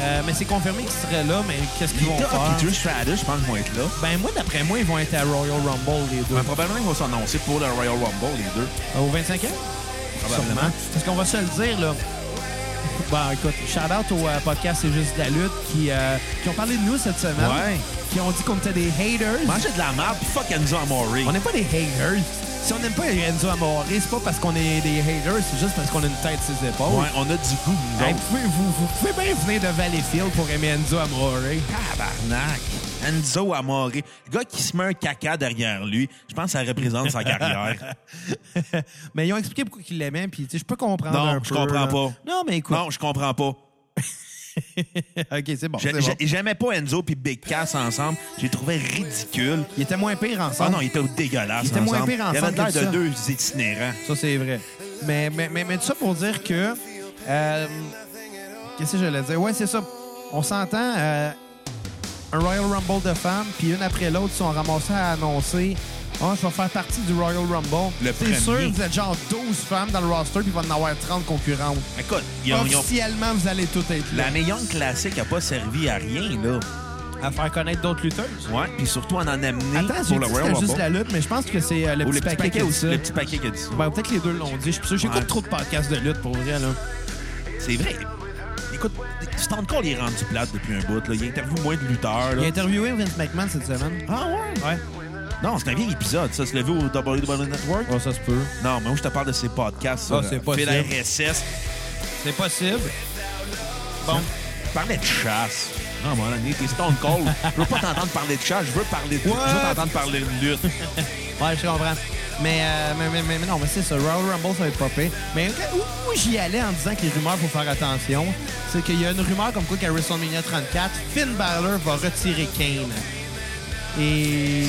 S3: Euh, mais c'est confirmé qu'ils seraient là, mais qu'est-ce qu'ils vont
S1: Lita
S3: faire?
S1: puis Trish Stratus, je pense qu'ils vont être là.
S3: Ben moi, d'après moi, ils vont être à Royal Rumble, les deux.
S1: Ben, probablement qu'ils vont s'annoncer pour le Royal Rumble, les deux.
S3: Au 25e?
S1: Probablement.
S3: Sûrement. Parce qu'on va se le dire, là. Ben, écoute, shout-out au euh, podcast C'est juste de la lutte qui, euh, qui ont parlé de nous cette semaine.
S1: Ouais.
S3: Qui ont dit qu'on était des haters.
S1: Mangez de la merde, puis fuck Enzo Amore.
S3: On n'est pas des haters. Si on n'aime pas Enzo Amore, c'est pas parce qu'on est des haters, c'est juste parce qu'on a une tête sur ses épaules.
S1: Ouais, on a du goût, nous
S3: Hey,
S1: autres.
S3: vous, pouvez, vous- vous pouvez bien venir de Valleyfield pour aimer Enzo Amore.
S1: Tabarnak! Enzo Amore. Le gars qui se met un caca derrière lui, je pense que ça représente sa carrière.
S3: mais ils ont expliqué pourquoi ils l'aimaient, puis tu sais, je peux comprendre
S1: Non,
S3: un
S1: je
S3: peu,
S1: comprends
S3: là.
S1: pas.
S3: Non, mais écoute.
S1: Non, je comprends pas.
S3: OK, c'est bon,
S1: J'ai-
S3: c'est bon.
S1: j'ai- J'aimais pas Enzo puis Big Cass ensemble. J'ai trouvé ridicule.
S3: Ils étaient moins pires
S1: Ah
S3: ensemble.
S1: non, ils étaient dégueulasses
S3: Ils étaient moins
S1: ensemble.
S3: pires
S1: Il y
S3: ensemble
S1: avait l'air
S3: que
S1: de
S3: ça.
S1: deux itinérants.
S3: Ça, c'est vrai. Mais, mais, mais, mais tout ça pour dire que. euh, Qu'est-ce que j'allais dire? Ouais, c'est ça. On s'entend. euh, un Royal Rumble de femmes, puis une après l'autre, ils sont ramassés à annoncer. Ah, je vais faire partie du Royal Rumble.
S1: Le
S3: C'est sûr,
S1: premier.
S3: vous êtes genre 12 femmes dans le roster, puis il va en avoir 30 concurrentes.
S1: Écoute, ils ont- ils ont-
S3: Officiellement, vous allez toutes être là.
S1: la Meillon classique a pas servi à rien, là.
S3: À faire connaître d'autres lutteuses.
S1: Ouais, puis surtout on en a amené
S3: Attends, j'ai
S1: pour
S3: dit
S1: le
S3: que
S1: Royal
S3: c'était
S1: Rumble.
S3: juste la lutte, mais je pense que c'est euh, le,
S1: Ou
S3: petit paquet, qui a dit
S1: aussi.
S3: ça.
S1: Le petit paquet qui a dit ça.
S3: Ben, peut-être que les deux l'ont dit. Je suis sûr. J'écoute
S1: Ouais.
S3: trop de podcasts de lutte, pour vrai, là.
S1: C'est vrai. Écoute, Stone Cold est rendu plate depuis un bout. Là. Il interviewe moins de lutteurs.
S3: Il a
S1: Là.
S3: interviewé Vince McMahon cette semaine.
S1: Ah ouais?
S3: Ouais.
S1: Non, c'est un vieil épisode, ça. Se lever au WWE Network?
S3: Oh, ça se peut.
S1: Non, mais moi, je te parle de ses podcasts. euh,
S3: Ah, c'est possible.
S1: Phil RSS.
S3: C'est possible. Bon.
S1: Je parlais de chasse. Non, mon ami, t'es Stone Cold. je veux pas t'entendre parler de chasse. Je veux parler de... Je veux
S3: What?
S1: t'entendre parler de lutte.
S3: Ouais, je comprends. Mais, euh, mais, mais, mais- mais non, mais c'est ça. Royal Rumble, ça va être popé. Mais quand- où, où j'y allais en disant que les rumeurs, faut faire attention, c'est qu'il y a une rumeur comme quoi qu'à WrestleMania 34, Finn Balor va retirer Kane. Et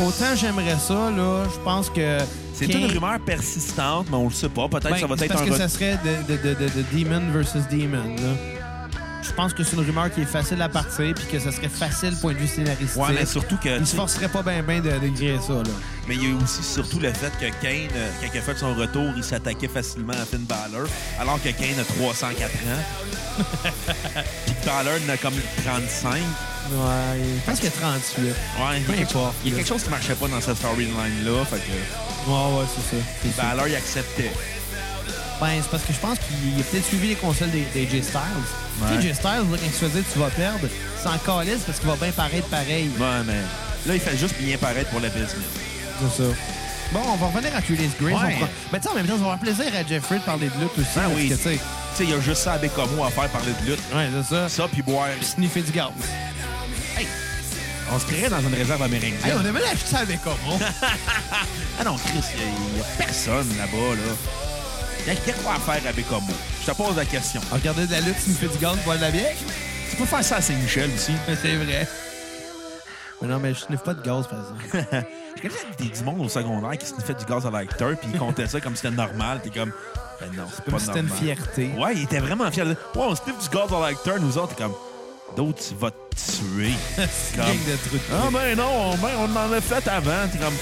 S3: autant j'aimerais ça, là, je pense que.
S1: C'est
S3: Kane-
S1: une rumeur persistante, mais on le sait pas. Peut-être
S3: Ben,
S1: que ça va
S3: c'est
S1: être
S3: parce
S1: un...
S3: que
S1: re-
S3: ça serait de, de, de, de, de Demon versus Demon, là. Je pense que c'est une rumeur qui est facile à partir puis que ça serait facile point de vue scénaristique.
S1: Ouais, mais surtout que.
S3: Il se forcerait pas bien ben de, de créer ça, là.
S1: Mais il y a aussi surtout le fait que Kane, euh, quand il a fait son retour, il s'attaquait facilement à Finn Balor, alors que Kane a 304 ans. Puis que Balor en a comme 35.
S3: Ouais, je pense qu'il y a 38. Ouais,
S1: Ouais,
S3: Peu
S1: il y a quelque-
S3: importe,
S1: Il y a
S3: là.
S1: quelque chose qui marchait pas dans cette storyline-là. Fait que
S3: ouais, c'est ça. C'est ça.
S1: Balor, il acceptait.
S3: Ben, c'est parce que je pense qu'il a peut-être suivi les conseils des, des J Styles.
S1: Ouais.
S3: Tu sais, J Styles, là, quand il se faisait tu vas perdre, c'est en calice parce qu'il va bien paraître pareil.
S1: Ouais, mais là, il fait juste bien paraître pour le business.
S3: C'est ça. Bon, on va revenir à Julius Grace.
S1: Ouais.
S3: on fera- Mais tu sais, en même temps, ça va faire plaisir à Jeffrey de parler de lutte aussi.
S1: Ah
S3: parce
S1: oui.
S3: que, tu sais,
S1: Tu sais, il y a juste ça à Bécamo à faire parler de lutte.
S3: ouais, c'est ça.
S1: Ça, puis boire.
S3: Sniffer du gaz.
S1: On se créerait dans une réserve amérindienne.
S3: Hey, on aimait l'acheter ça avec Homo.
S1: Ah non, Chris, il n'y a, personne là-bas, là. Il y a il y a quoi à faire à Bécamo? Je te pose la question.
S3: Regardez de la lutte, sniffer du gaz, boire de la bière.
S1: Tu peux faire ça à Saint-Michel aussi.
S3: C'est vrai. Mais non, mais je sniffe pas de gaz, par exemple.
S1: Je connais des du monde au secondaire qui sniffaient du gaz à l'acteur puis ils comptaient ça comme si c'était normal. T'es comme, ben non, c'est pas
S3: Comme
S1: normal.
S3: si c'était une fierté.
S1: Ouais, ils étaient vraiment fiers. Ouais, on sniffe du gaz à l'acteur, nous autres, t'es comme, d'autres, ils vont te tuer.
S3: C'est une
S1: Comme-
S3: gang de trucs.
S1: Ah ben non, on, ben, on en a fait avant. T'es comme,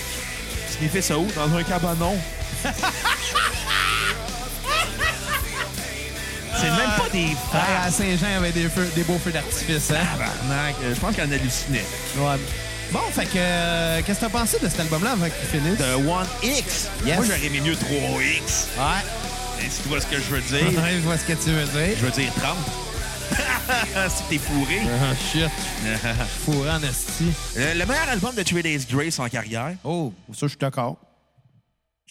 S1: sniffer ça où? Dans un cabanon. c'est même pas des
S3: Ah,
S1: farces.
S3: à Saint-Jean, il y avait des, feux- des beaux feux d'artifice, hein?
S1: Tabarnak, euh, Je pense qu'elle en hallucinait.
S3: Ouais. Bon, fait que, euh, qu'est-ce que t'as pensé de cet album-là avant qu'il finisse?
S1: De One X.
S3: Yes.
S1: Moi, j'aurais aimé mieux 3X.
S3: Ouais.
S1: Et si tu vois ce que je veux dire.
S3: Ouais, je vois ce que tu veux dire.
S1: Je veux dire 30. si t'es fourré.
S3: Ah, shit. Fourré en esti.
S1: Le, le meilleur album de Three Days Grace en carrière.
S3: Oh, ça, je suis d'accord.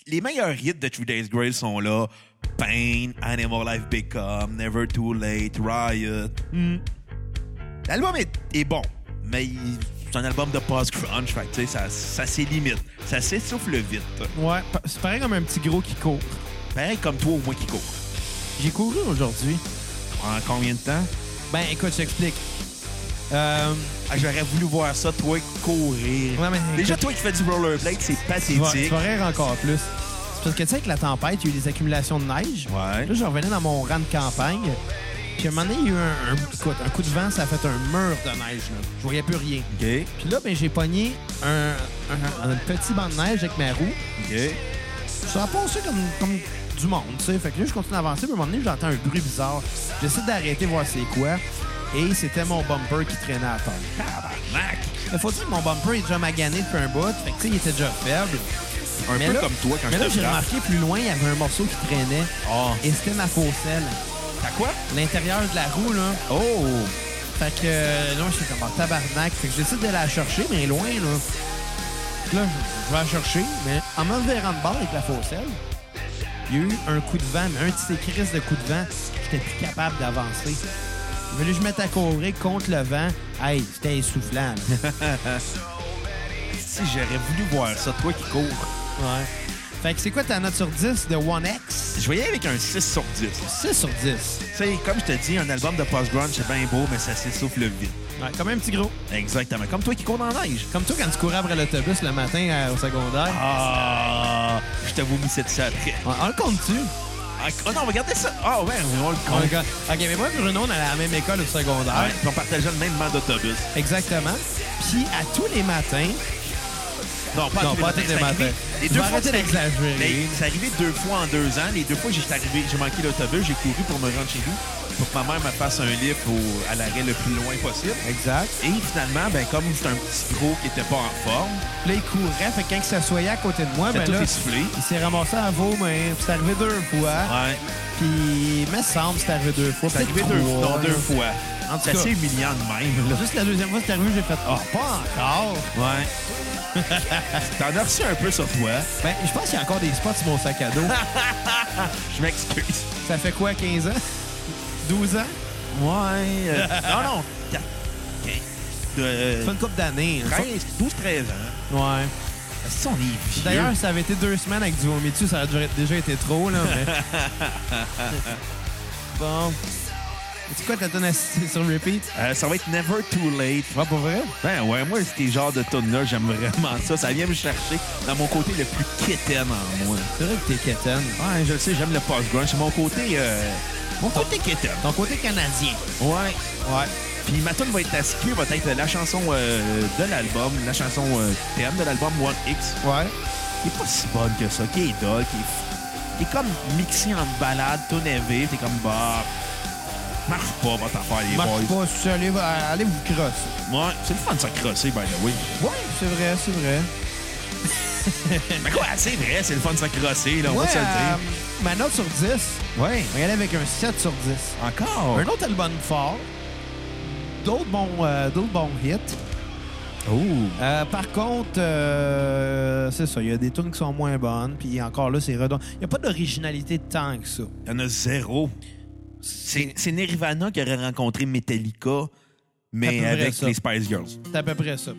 S1: Les meilleurs hits de Three Days Grace sont là. Pain, Animal Life Become, Never Too Late, Riot. Hmm. L'album est, est bon, mais il- c'est un album de post-crunch. Fait que, tu sais, ça, ça ses limites. Ça s'essouffle vite.
S3: Ouais, pa- c'est pareil comme un petit gros qui court.
S1: Pareil comme toi au moins qui court.
S3: J'ai couru aujourd'hui.
S1: En combien de temps?
S3: Ben, écoute, je t'explique. Euh,
S1: Ah, J'aurais voulu voir ça, toi, courir.
S3: Ouais, mais-
S1: Déjà, toi qui fais du rollerblade, c'est
S3: tu, vas, tu
S1: pathétique.
S3: vas rire encore plus. C'est parce que, tu sais, avec la tempête, il y a eu des accumulations de neige.
S1: Ouais.
S3: Là, je revenais dans mon rang de campagne. Puis à un moment donné, il y a eu un, un- écoute, un coup de vent, ça a fait un mur de neige. Là. Je voyais plus rien.
S1: OK.
S3: Puis là, ben, j'ai pogné un, un- un petit banc de neige avec ma roue.
S1: OK.
S3: Ça a pensé comme, comme du monde, tu sais. Fait que là, je continue d'avancer. Puis à un moment donné, j'entends un bruit bizarre. J'essaie d'arrêter, voir c'est quoi. Et c'était mon bumper qui traînait à terre.
S1: Tabarnak!
S3: Il faut dire que mon bumper est déjà magané depuis un bout. Fait que, tu sais, il était déjà faible.
S1: Un peu comme toi quand
S3: mais
S1: je
S3: là,
S1: te
S3: j'ai
S1: frappe.
S3: remarqué plus loin, il y avait un morceau qui traînait.
S1: Ah.
S3: Et c'était ma faucelle.
S1: T'as quoi?
S3: L'intérieur de la roue, là.
S1: Oh!
S3: Fait que euh, là, je suis comme en tabarnak. Fait que j'essaie de la chercher, mais loin, là. Fait que Là, je- je vais la chercher, mais en m'enverrant de bord avec la faucelle, il y a eu un coup de vent, mais un petit écris de coup de vent. J'étais plus capable d'avancer. Mais là, je mette à courir contre le vent. Hey, c'était essoufflant, là.
S1: Si j'aurais voulu voir ça, toi qui cours.
S3: ouais. Fait que c'est quoi ta note sur 10 de One X?
S1: Je voyais avec un 6 sur 10. Tu
S3: 6 sur 10.
S1: sais, comme je te dis, un album de post-grunge, c'est bien beau, mais ça s'essouffle vite.
S3: Ouais, comme un petit gros.
S1: Exactement. Comme toi qui cours dans la neige.
S3: Comme toi, quand tu courais après l'autobus le matin euh, au secondaire.
S1: Ah! Je te vomissais de ça après.
S3: Ouais, on le compte-tu?
S1: Ah oh non, regardez ça! Ah ouais, on le
S3: On le
S1: compte.
S3: compte. OK, mais moi et Bruno, on allait à la même école au secondaire.
S1: Ouais, puis on partageait le même banc d'autobus.
S3: Exactement. Puis à tous les matins,
S1: Non, pas,
S3: Non,
S1: tous les
S3: pas
S1: matins,
S3: tous les
S1: c'est arrivé-
S3: matins.
S1: Les
S3: Tu
S1: deux
S3: vas
S1: fois,
S3: arrêter
S1: c'est arrivé-
S3: d'exagérer.
S1: Mais C'est arrivé deux fois en deux ans. Les deux fois, j'ai arrivé, j'ai manqué l'autobus, j'ai couru pour me rendre chez nous, pour que ma mère me fasse un livre au- à l'arrêt le plus loin possible.
S3: exact.
S1: Et finalement, ben, comme j'étais un petit gros qui était pas en forme,
S3: Là, il courait, fait que quand il s'assoyait à côté de moi,
S1: ben
S3: Ah, ben
S1: tout
S3: là,
S1: essoufflé.
S3: il s'est ramassé à vos mains. Puis c'est arrivé deux fois.
S1: Ouais,
S3: Puis, il me semble que c'est arrivé deux fois.
S1: c'est arrivé
S3: peut-être
S1: deux,
S3: trois,
S1: non,
S3: là.
S1: deux fois.
S3: En tout
S1: C'est
S3: cas.
S1: assez humiliant de même. Là.
S3: Juste la deuxième fois, c'est arrivé, j'ai fait « Ah, pas encore!
S1: Ouais. T'en as reçu un peu sur toi. »
S3: Ben, je pense qu'il y a encore des spots sur mon sac à dos.
S1: Je m'excuse.
S3: Ça fait quoi, 15 ans? 12 ans?
S1: Ouais. euh, non, non. Quatre, quinze,
S3: Ça
S1: euh,
S3: fait une couple d'années. hein.
S1: 13, 12, 13 ans.
S3: Ouais.
S1: Si on est vieux.
S3: D'ailleurs, ça avait été deux semaines avec du vomitus, ça a déjà- déjà été trop, là, mais... bon. C'est quoi ta tonne à- sur repeat?
S1: Euh, ça va être Never Too Late.
S3: Ouais, Ah, pour vrai?
S1: Ben ouais, moi, ces genres de tunes là j'aime vraiment ça. Ça vient me chercher dans mon côté le plus quétaine en moi.
S3: C'est vrai que t'es quétaine.
S1: Ouais, je le sais, j'aime le post-grunge. C'est mon côté euh, Mon côté quétaine.
S3: Ton côté canadien.
S1: Ouais.
S3: Ouais.
S1: Puis ma tune va être tasquée, va être la chanson euh, de l'album, la chanson euh, thème de l'album One X,
S3: Ouais.
S1: qui est pas si bonne que ça, qui est dole, qui est, qui est comme mixée en balade, tune éveillée, t'es comme bah. Marche pas votre affaire, les
S3: Marche
S1: boys.
S3: pas, si allez, allez vous crosser.
S1: Ouais, c'est le fun de se crosser, by the way.
S3: Ouais, c'est vrai, c'est vrai.
S1: Mais quoi, c'est vrai, c'est le fun de se crosser, là, on
S3: Moi,
S1: va se le
S3: euh,
S1: dire.
S3: ma note sur 10,
S1: Ouais.
S3: regardez avec un 7 sur 10.
S1: euh, Encore?
S3: Un autre album fort, d'autres bons, euh, d'autres bons hits.
S1: Oh.
S3: Euh, par contre, euh, c'est ça, il y a des tunes qui sont moins bonnes, puis encore là, c'est redondant. Il n'y a pas d'originalité tant que ça.
S1: Il y en a zéro. C'est c'est Nirvana qui aurait rencontré Metallica,
S3: À peu
S1: mais
S3: près
S1: avec
S3: ça.
S1: les Spice Girls.
S3: C'est à peu près ça.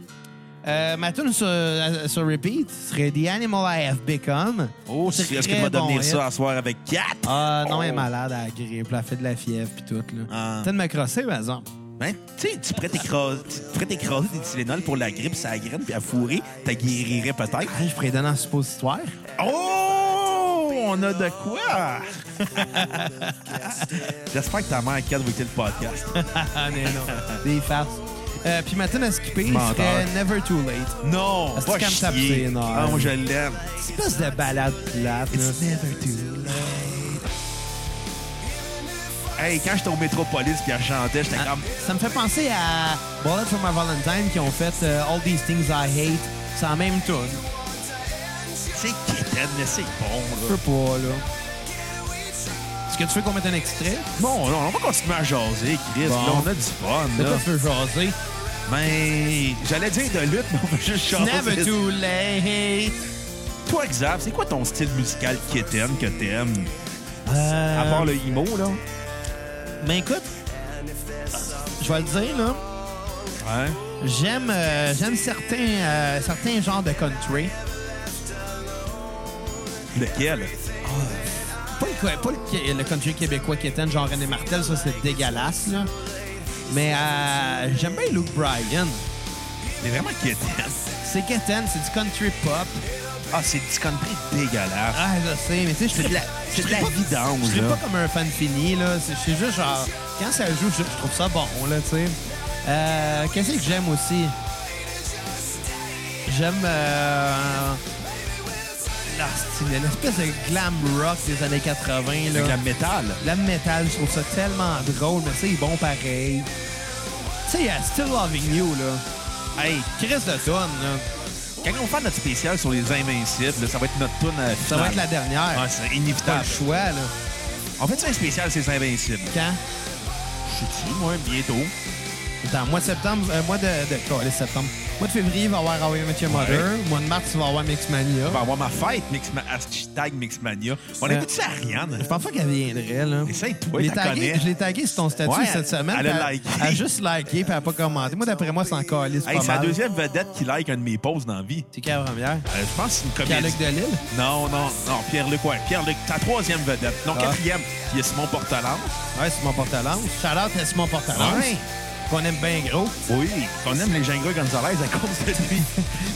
S3: Euh, ma tune sur, euh, sur repeat serait The Animal I Have Become.
S1: Oh,
S3: C'est
S1: est-ce que
S3: très
S1: tu vas
S3: bon
S1: devenir
S3: hit.
S1: ça à soir avec 4?
S3: Ah non, elle est malade, elle a la grippe, elle fait de la fièvre puis tout. là.
S1: Ah.
S3: T'as de m'accrocher, par exemple.
S1: Ben, tu sais, tu pourrais t'écraser tu pourrais t'écraser des Tylenol pour la grippe, ça graine, puis à fourrer, t'as guérirais peut-être.
S3: Ah, je pourrais donner en suppositoire.
S1: Oh! On a de quoi! J'espère que ta mère 4 va écouter le podcast.
S3: Ah, mais non. Des farces. Euh, puis ma tune à skipper
S1: Menteur.
S3: serait Never Too Late.
S1: Non!
S3: Est-ce
S1: Pas
S3: qu'elle me tape
S1: chier.
S3: ses nerfs?
S1: Ah, moi, je l'aime.
S3: C'est une espèce de balade plate. là.
S1: Hey, quand j'étais au Métropolis puis elle chantait, j'étais
S3: Ah,
S1: comme...
S3: Ça me fait penser à Bullet for My Valentine qui ont fait euh, All These Things I Hate. C'est la même tune.
S1: C'est quétaine, mais c'est bon,
S3: Je
S1: là.
S3: peux pas, là. Est-ce que tu veux qu'on mette un extrait?
S1: Bon, non, on va continuer à jaser, Chris.
S3: Bon.
S1: Là, on a du fun,
S3: De
S1: là.
S3: quoi tu veux jaser?
S1: Ben, j'allais dire de lutte, mais on va juste chanter.
S3: Never Too Late.
S1: Toi, Xav, c'est quoi ton style musical quétaine que t'aimes?
S3: Euh,
S1: À part le emo, là.
S3: Mais écoute, je vais le dire, là.
S1: Ouais.
S3: J'aime euh, j'aime certains, euh, certains genres de country.
S1: Lequel?
S3: Pas le, pas le- le country québécois qui était genre René Martel, ça c'est dégueulasse, là. Mais euh, j'aime bien Luke Bryan.
S1: C'est vraiment quétaine.
S3: C'est quétaine, c'est du country pop.
S1: Ah, c'est du country dégueulasse.
S3: Ah, je sais, mais tu sais, je fais de la, je
S1: C'est de
S3: serais
S1: la
S3: pas-
S1: vidange,
S3: Je serais
S1: là.
S3: pas comme un fan fini, là. C'est c'est juste genre, quand ça joue, je, je trouve ça bon, là, tu sais. Euh, Qu'est-ce que j'aime aussi? J'aime. Euh, la- c'est l'espèce de glam rock des années 80, là.
S1: Avec la métal.
S3: Glam metal, je trouve ça tellement drôle, mais c'est bon pareil. Tu sais, il y a Still Loving You, là.
S1: Hey,
S3: Chris de tonne, là.
S1: quand on va faire notre spécial sur les Invincibles, là, ça va être notre tune à
S3: Ça va être la dernière.
S1: Ah, c'est
S3: Pas le
S1: inévitable.
S3: choix, là.
S1: En fait, c'est un spécial, c'est les Invincibles.
S3: Quand?
S1: Je suis moi, bientôt.
S3: Attends, mois de septembre, euh, mois de, de oh, allez, septembre. Mois de février, il va y avoir How I Met Your Mother. Mois de mars, il va y avoir Mixmania.
S1: On va avoir ma fête, Mixma... hashtag Mixmania. On
S3: Euh,
S1: écoute ça à Ariane.
S3: Je pense pas qu'elle viendrait, là.
S1: Essaye-toi,
S3: Je l'ai
S1: t'as
S3: tagué-
S1: connais.
S3: Je l'ai tagué sur ton statut
S1: Ouais,
S3: cette
S1: elle-
S3: semaine.
S1: elle a
S3: puis
S1: liké.
S3: Elle a juste liké, puis elle a pas commenté. Moi, d'après moi, c'est encore liste
S1: Hey,
S3: pas
S1: c'est la
S3: mal.
S1: deuxième vedette qui like un de mes pauses dans la vie.
S3: C'est qui la première?
S1: Euh, je pense que c'est une comédie.
S3: Pierre-Luc Delisle?
S1: Non, non, non, Pierre-Luc, ouais. Pierre-Luc, ta troisième vedette. Non,
S3: Ah.
S1: quatrième, il est Simon Portalance.
S3: Ouais, Simon Portalance. Shout-out à Simon Portalance.
S1: Ouais.
S3: Qu'on aime bien gros.
S1: Oui, qu'on aime les gingras Gonzalez à cause de lui.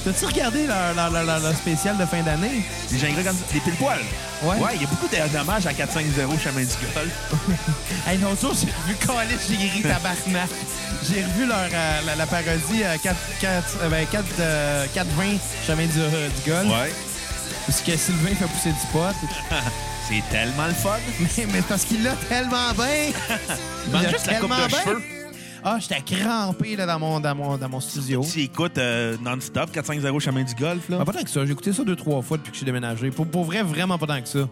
S3: T'as-tu regardé leur, leur- leur- leur- leur spécial de fin d'année?
S1: Les gingras Gonzalez, les pile-poils.
S3: Ouais.
S1: Ouais, il y a beaucoup de dommages à 4-5-0 chemin du Gol.
S3: Hey, l'autre jour, j'ai revu Calis, j'ai ri tabarnak. J'ai revu leur, euh, la, la parodie euh, 4, 4, euh, ben, 4, euh, 4-20, chemin du, euh, du golf.
S1: Ouais.
S3: Parce que Sylvain fait pousser du pot.
S1: C'est tellement le fun.
S3: Mais, mais parce qu'il l'a tellement bien. Il
S1: manque
S3: l'a
S1: juste la coupe de cheveux.
S3: Ah, j'étais crampé là, dans, mon, dans, mon, dans mon studio.
S1: Tu écoutes euh, non-stop 4-5-0 chemin du golf, là.
S3: Ah, pas tant que ça. J'ai écouté ça deux, trois fois depuis que je suis déménagé. Pour, pour vrai, vraiment pas tant que ça.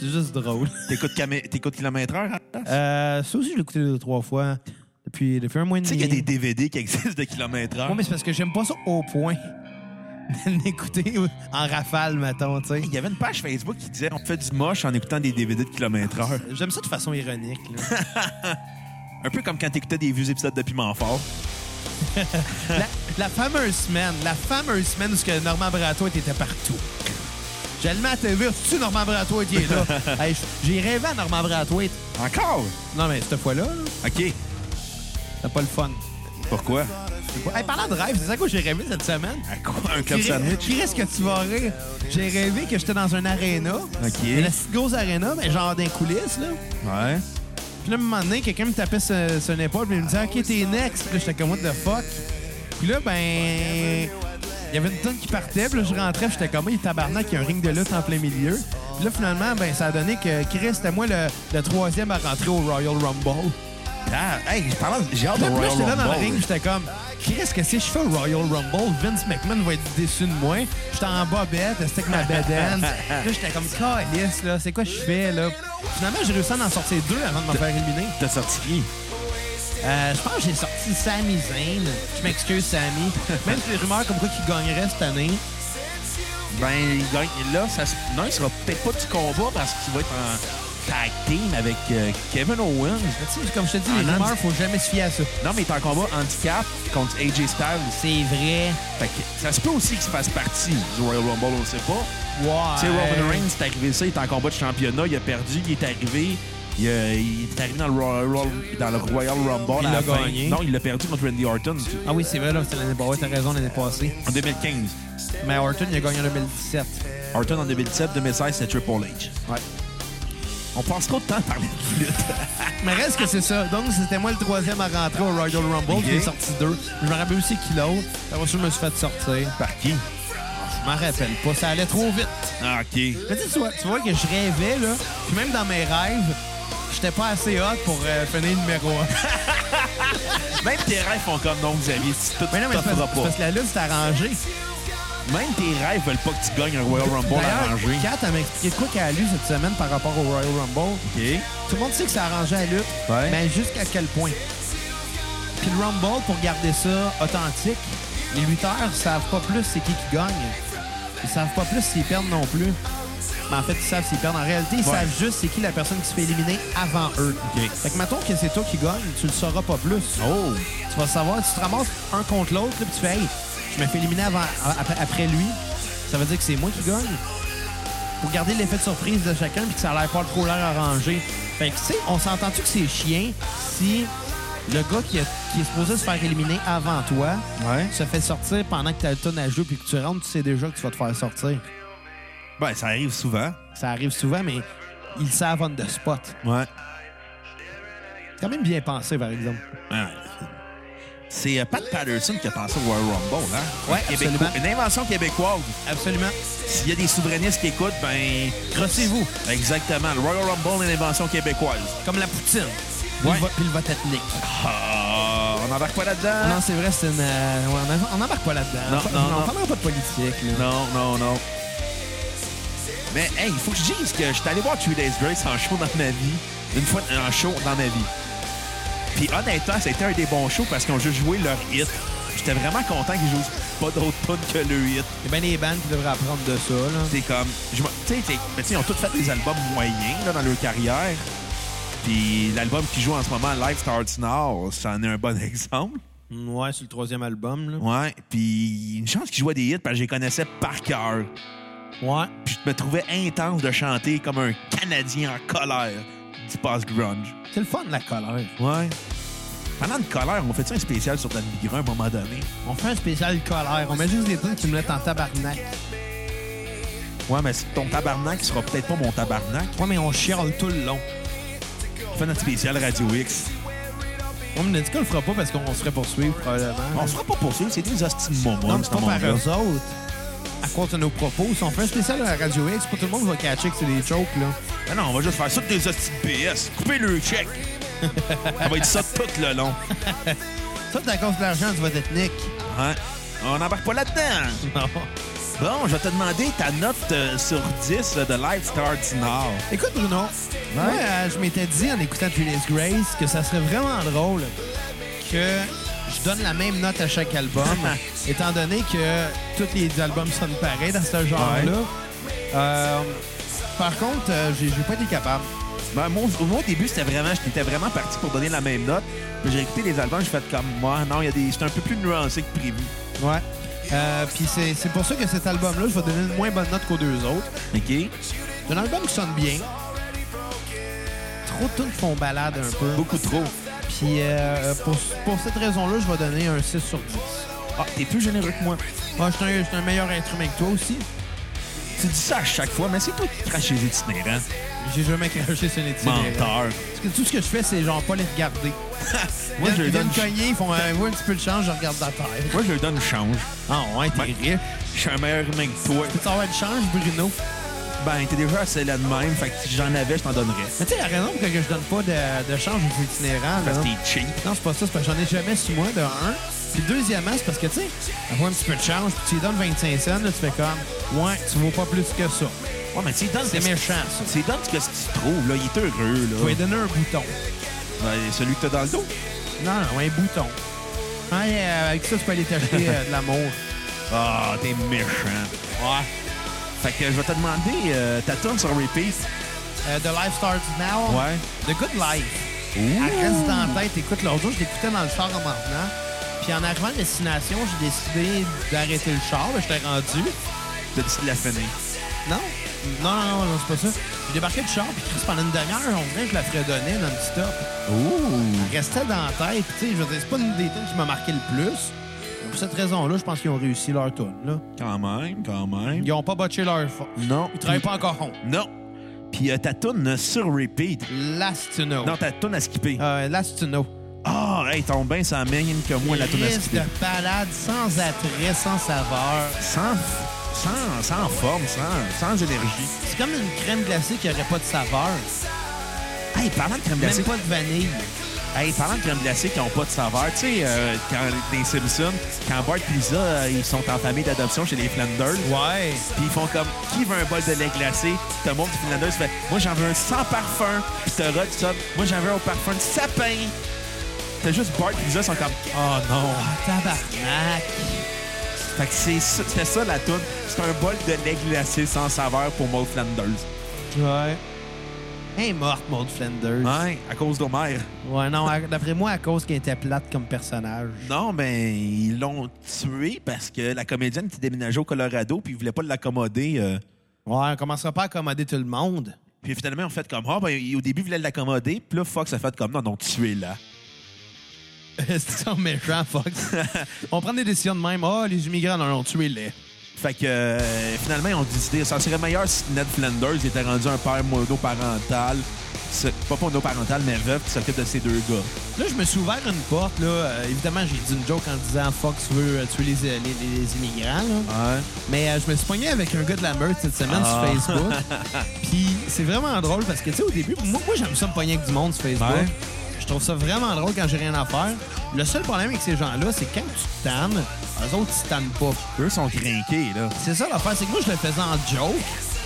S3: C'est juste drôle.
S1: T'écoutes, camé- t'écoutes kilomètre-heure. hein?
S3: Euh, ça aussi, je l'ai écouté deux, trois fois. Depuis, depuis un mois et
S1: Tu
S3: demi.
S1: sais qu'il y a des DVD qui existent de kilomètre-heure.
S3: Moi, mais c'est parce que j'aime pas ça au point de l'écouter en rafale, mettons, tu sais.
S1: Il y avait une page Facebook qui disait on fait du moche en écoutant des DVD de kilomètre-heure.
S3: J'aime ça de façon ironique. là.
S1: Un peu comme quand t'écoutais des vieux épisodes de Piment Fort.
S3: la, la fameuse semaine, la fameuse semaine où ce que Normand Bratoit était partout. J'allais à la TV, tu Normand Bratoit qui est là. Hey, J'ai rêvé à Normand Bratoit.
S1: Encore?
S3: Non, mais cette fois-là, là,
S1: OK.
S3: c'était pas le fun.
S1: Pourquoi?
S3: Hey, parlant de rêve, c'est ça que j'ai rêvé cette semaine?
S1: À quoi? Un club
S3: Qui-
S1: sandwich?
S3: Qui reste que tu vas rire? J'ai rêvé que j'étais dans un aréna.
S1: OK.
S3: La petite grosse aréna, mais genre dans les coulisses, là.
S1: Ouais.
S3: Puis là, un moment donné, quelqu'un me tapait sur, sur l'épaule puis il me disait « OK, t'es next. » Puis là, j'étais comme « What the fuck? » Puis là, ben... Il y avait une tonne qui partait, puis là, je rentrais, puis j'étais comme, il tabarnak, il y a un ring de lutte en plein milieu. Puis là, finalement, ben, ça a donné que Chris, c'était moi le, le troisième à rentrer au Royal Rumble.
S1: Ah, hey, parlant- j'ai hâte de
S3: Là, puis là,
S1: Royal
S3: j'étais là dans le
S1: Rumble.
S3: ring, puis j'étais comme, Chris, qu'est-ce que je fais au Royal Rumble? Vince McMahon va être déçu de moi. J'étais en bobette, c'était avec ma bedaine. là, j'étais comme, calice, là, c'est quoi je fais, là? Finalement, j'ai réussi à en sortir deux avant de m'en faire éliminer.
S1: T'as sorti qui?
S3: Euh, je pense que j'ai sorti Sami Zayn. Je m'excuse, Sami. Même si les rumeurs comme quoi qu'il gagnerait cette année.
S1: Ben, il gagne. Là, ça se- non, il sera peut-être pas du combat parce qu'il va être en tag team avec euh, Kevin Owens.
S3: Mais tu sais, comme je te dis,
S1: Ah,
S3: les
S1: non,
S3: rumeurs, faut jamais se fier à ça.
S1: Non, mais il est en combat handicap contre AJ Styles.
S3: C'est vrai.
S1: Fait que ça se peut aussi qu'il se fasse partie du Royal Rumble, on sait pas.
S3: Ouais.
S1: Tu sais, Roman Reigns, c'est arrivé ça, il est en combat de championnat, il a perdu, il est arrivé. Il, euh, il est arrivé dans le Royal, dans le Royal Rumble.
S3: Il
S1: à la
S3: l'a
S1: fin.
S3: gagné.
S1: Non, il l'a perdu contre Randy Orton
S3: Ah oui, c'est vrai, là, c'était l'année passée. Ouais, t'as raison, l'année passée.
S1: en 2015.
S3: Mais Orton, il a gagné en 2017.
S1: Orton en 2017, 2016, c'est Triple H.
S3: Ouais.
S1: On passe trop de temps à parler de lutte.
S3: Mais reste que c'est ça. Donc, c'était moi le troisième à rentrer au Royal Rumble.
S1: Ok.
S3: J'ai sorti deux. Je me rappelle aussi qui l'autre. Après ça, je me suis fait sortir.
S1: Par qui?
S3: Je m'en rappelle pas. Ça allait trop vite.
S1: Ah, OK.
S3: Mais tu, sais, tu vois, tu vois que je rêvais, là. Puis même dans mes rêves, j'étais pas assez hot pour euh, finir numéro 1.
S1: Même tes rêves font comme non, Xavier. Tu tout
S3: mais c'est
S1: t'offres
S3: parce, c'est parce
S1: pas.
S3: que la lutte, c'est arrangé.
S1: Même tes rêves veulent pas que tu gagnes un Royal Rumble à
S3: D'ailleurs,
S1: manger.
S3: Kat, elle m'a expliqué quoi qu'elle a lu cette semaine par rapport au Royal Rumble.
S1: OK.
S3: Tout le monde sait que c'est arrangé à la lutte,
S1: Ouais.
S3: mais jusqu'à quel point? Puis le Rumble, pour garder ça authentique, les lutteurs savent pas plus c'est qui qui gagne. Ils savent pas plus s'ils perdent non plus. Mais en fait, ils savent s'ils perdent. En réalité, ils
S1: Ouais.
S3: savent juste c'est qui la personne qui se fait éliminer avant eux.
S1: OK.
S3: Fait que mettons que c'est toi qui gagne, tu le sauras pas plus.
S1: Oh!
S3: Tu vas savoir, tu te ramasses un contre l'autre, là, puis tu fais Hey, je me fais éliminer avant, a- après, après lui. Ça veut dire que c'est moi qui gagne. Pour garder l'effet de surprise de chacun, puis que ça a l'air pas trop l'air arrangé. Fait que, tu sais, on s'entend-tu que c'est chiant si le gars qui, a- qui est supposé se faire éliminer avant toi
S1: Ouais.
S3: se fait sortir pendant que t'as le ton à jouer, puis que tu rentres, tu sais déjà que tu vas te faire sortir.
S1: Ben, ça arrive souvent.
S3: Ça arrive souvent, mais ils savent on the spot.
S1: Ouais.
S3: C'est quand même bien pensé, par exemple.
S1: Ouais. C'est euh, Pat Patterson qui a pensé au Royal Rumble, hein?
S3: Ouais,
S1: Québécois-
S3: absolument.
S1: Une invention québécoise.
S3: Absolument.
S1: S'il y a des souverainistes qui écoutent, ben...
S3: Crossez-vous.
S1: Exactement. Le Royal Rumble est une invention québécoise.
S3: Comme la poutine.
S1: Ouais.
S3: Puis le vote- Puis le vote ethnique.
S1: Ah, on embarque pas là-dedans?
S3: Non, c'est vrai, c'est une. euh, ouais, on en- on n'embarque pas là-dedans.
S1: Non,
S3: Enfin,
S1: non,
S3: on
S1: non.
S3: parlera pas de politique. Là.
S1: Non, non, non. Mais hey, il faut que je dise que je suis allé voir Three Days Grace en show dans ma vie. Une fois en show dans ma vie. Puis honnêtement, c'était un des bons shows parce qu'ils ont juste joué leur hit. J'étais vraiment content qu'ils jouent pas d'autres tunes que le hit.
S3: Il y a bien des bandes qui devraient apprendre de ça. Là.
S1: C'est comme... je m'en- Tu sais, t'es- mais tu sais, ils ont tous fait des albums moyens là, dans leur carrière. Puis l'album qu'ils jouent en ce moment, Live Starts Now, c'en est un bon exemple.
S3: Ouais, c'est le troisième album. Là.
S1: Ouais. Puis une chance qu'ils jouaient des hits parce que je les connaissais par cœur.
S3: Ouais.
S1: Puis je me trouvais intense de chanter comme un Canadien en colère du post-grunge.
S3: C'est le fun, la colère.
S1: Ouais. Parlant de colère, on fait un spécial sur Dan Bigra à un moment donné?
S3: On fait un spécial colère. On met juste des trucs qui me mettent en tabarnak.
S1: Ouais, mais ton tabarnak sera peut-être pas mon tabarnak.
S3: Ouais, mais on chiale tout le long.
S1: On fait notre spécial Radio X.
S3: On me dit qu'on le fera pas parce qu'on se ferait poursuivre, probablement.
S1: On se fera pas poursuivre, c'est des hosties de moments,
S3: non, c'est pas par eux autres. À cause de nos propos, si on fait un spécial à la Radio X, pas tout le monde va catcher que c'est des jokes, là.
S1: Ben Non, non, on va juste faire ça des hosties de PS. Coupez le check. on va être ça tout le long.
S3: Ça, c'est à cause de l'argent du vote ethnique.
S1: Hein? On n'embarque pas là-dedans.
S3: Non.
S1: Bon, je vais te demander ta note euh, sur 10 de Live Starts Now.
S3: Écoute, Bruno, moi, euh, je m'étais dit en écoutant Julius Grace que ça serait vraiment drôle que je donne la même note à chaque album, étant donné que tous les albums sonnent pareils dans ce genre-là.
S1: Ouais.
S3: Euh, par contre, euh, j'ai j'ai pas été capable.
S1: Ben, moi, au- moi, au début, c'était vraiment, j'étais vraiment parti pour donner la même note. Puis j'ai écouté les albums, j'ai fait comme moi. Non, il y a des, c'était un peu plus nuancé que prévu.
S3: Ouais. Euh, Puis c'est- c'est pour ça que cet album-là, je vais donner une moins bonne note qu'aux deux autres.
S1: Ok.
S3: C'est un album qui sonne bien. Trop de tunes font balade un peu.
S1: Beaucoup trop.
S3: Puis euh, pour, pour cette raison-là, je vais donner un 6 sur 10.
S1: Ah, t'es plus généreux que moi.
S3: Ah, je suis un, je suis un meilleur être humain que toi aussi.
S1: Tu dis ça à chaque fois, mais c'est toi qui craches les itinérants.
S3: J'ai jamais craché sur les itinérants.
S1: Menteur.
S3: Parce que tout ce que je fais, c'est genre pas les regarder.
S1: Moi, je
S3: ils
S1: lui
S3: viennent
S1: donne,
S3: cogner, ils font un, ouais, un petit peu le change, je regarde la terre.
S1: moi, je lui donne change.
S3: Ah ouais, t'es
S1: Ben,
S3: riche.
S1: Je suis un meilleur humain que toi.
S3: Peux-tu avoir le change, Bruno?
S1: Ben, t'es déjà assez là de même, fait que si j'en avais, je t'en donnerais.
S3: Mais tu sais, la raison pour laquelle je donne pas de, de change aux itinérants,
S1: Parce
S3: là,
S1: que t'es cheap.
S3: Non, c'est pas ça, c'est parce que j'en ai jamais sous moi, de un. Puis deuxièmement, c'est parce que, tu sais, avoir un petit peu de change, puis tu lui donnes 25 cents, là, tu fais comme, ouais, tu vaux pas plus que ça.
S1: Ouais, mais tu lui donnes
S3: C'est
S1: ce-
S3: méchant, ça.
S1: Tu lui donnes ce que- ce qu'il trouve, là. Il est heureux,
S3: Tu vas
S1: là.
S3: lui donner un bouton.
S1: Ben, celui que t'as dans le dos.
S3: Non, non, un bouton. Ah, et, euh, avec ça, tu peux aller t'acheter euh, de l'amour.
S1: Ah, t'es méchant. Ouais. Fait que je vais te demander euh, ta tune sur repeat.
S3: Euh, The Life Starts Now.
S1: Ouais.
S3: The Good Life.
S1: Ouh.
S3: Elle reste dans la tête. Écoute, l'autre jour, je l'écoutais dans le char en m'en venant. Puis en arrivant à destination, j'ai décidé d'arrêter le char. Je t'ai rendu.
S1: T'as dit de la finir.
S3: Non. Non, non, non, non, c'est pas ça. J'ai débarqué du char, puis Chris, pendant une dernière, on dirait que je la fredonnais non-stop.
S1: Ouh.
S3: Elle restait dans la tête, puis tu sais, je veux dire, c'est pas une des tunes qui m'a marqué le plus. Pour cette raison-là, je pense qu'ils ont réussi leur tune, là.
S1: Quand même, quand même.
S3: Ils ont pas botché leur fa-
S1: Non.
S3: Ils travaillent pas encore rond.
S1: Non. Puis euh, ta tune sur repeat.
S3: Last to know.
S1: Non, ta tune à skipper.
S3: Euh, last to know.
S1: Ah, hey, ton bain, ça mène que moi, la tune à
S3: Risque
S1: skipper.
S3: de balade sans attrait, sans saveur.
S1: Sans, f- sans, sans forme, sans, sans énergie.
S3: C'est comme une crème glacée qui aurait pas de saveur.
S1: Hey, parlant de crème glacée,
S3: Même pas de vanille.
S1: hey, parlant de crème glacée qui n'ont pas de saveur, tu sais, euh, quand les Simpsons, quand Bart et Lisa, euh, ils sont en famille d'adoption chez les Flanders,
S3: Ouais.
S1: puis ils font comme qui veut un bol de lait glacé, puis le monde du Flanders fait moi j'en veux un sans parfum, puis t'as Rod qui sonne moi j'en veux un au parfum de sapin. T'as juste Bart et Lisa sont comme ah,
S3: Oh non. tabarnak.
S1: Fait que c'est ça- c'était ça la toune. C'est un bol de lait glacé sans saveur pour Maud Flanders.
S3: Ouais. Elle est morte, Maud Flanders.
S1: Ouais, à cause d'Homer.
S3: Ouais, non, à- d'après moi, à cause qu'elle était plate comme personnage.
S1: Non, mais ils l'ont tué parce que la comédienne était déménagée au Colorado puis ils voulaient pas l'accommoder. euh.
S3: Ouais, on commencera pas à accommoder tout le monde.
S1: Puis finalement, on fait comme Ah, ben, au début, ils voulaient l'accommoder. Puis là, Fox a fait comme Non, non, tuez-la.
S3: C'est un méchant, Fox. on prend des décisions de même. Ah, les immigrants, non, non, tuez-les.
S1: Fait que euh, finalement, ils ont décidé ça serait meilleur si Ned Flanders il était rendu un père monoparental. C'est- Pas monoparental, mais veuf qui s'occupe de ces deux gars.
S3: Là, je me suis ouvert une porte, là. Euh, évidemment, j'ai dit une joke en disant Fox veut euh, tuer les, les- les- les immigrants, là.
S1: Ouais.
S3: Mais euh, je me suis pogné avec un gars de la meute cette semaine
S1: Ah.
S3: sur Facebook. Puis c'est vraiment drôle parce que, tu sais, au début, moi, moi j'aime ça me pogner avec du monde sur Facebook.
S1: Ouais.
S3: Je trouve ça vraiment drôle quand j'ai rien à faire. Le seul problème avec ces gens-là, c'est quand tu te tannes, eux autres, ils se tannent pas.
S1: Eux sont crinqués, là.
S3: C'est ça l'affaire, c'est que moi, je le faisais en joke,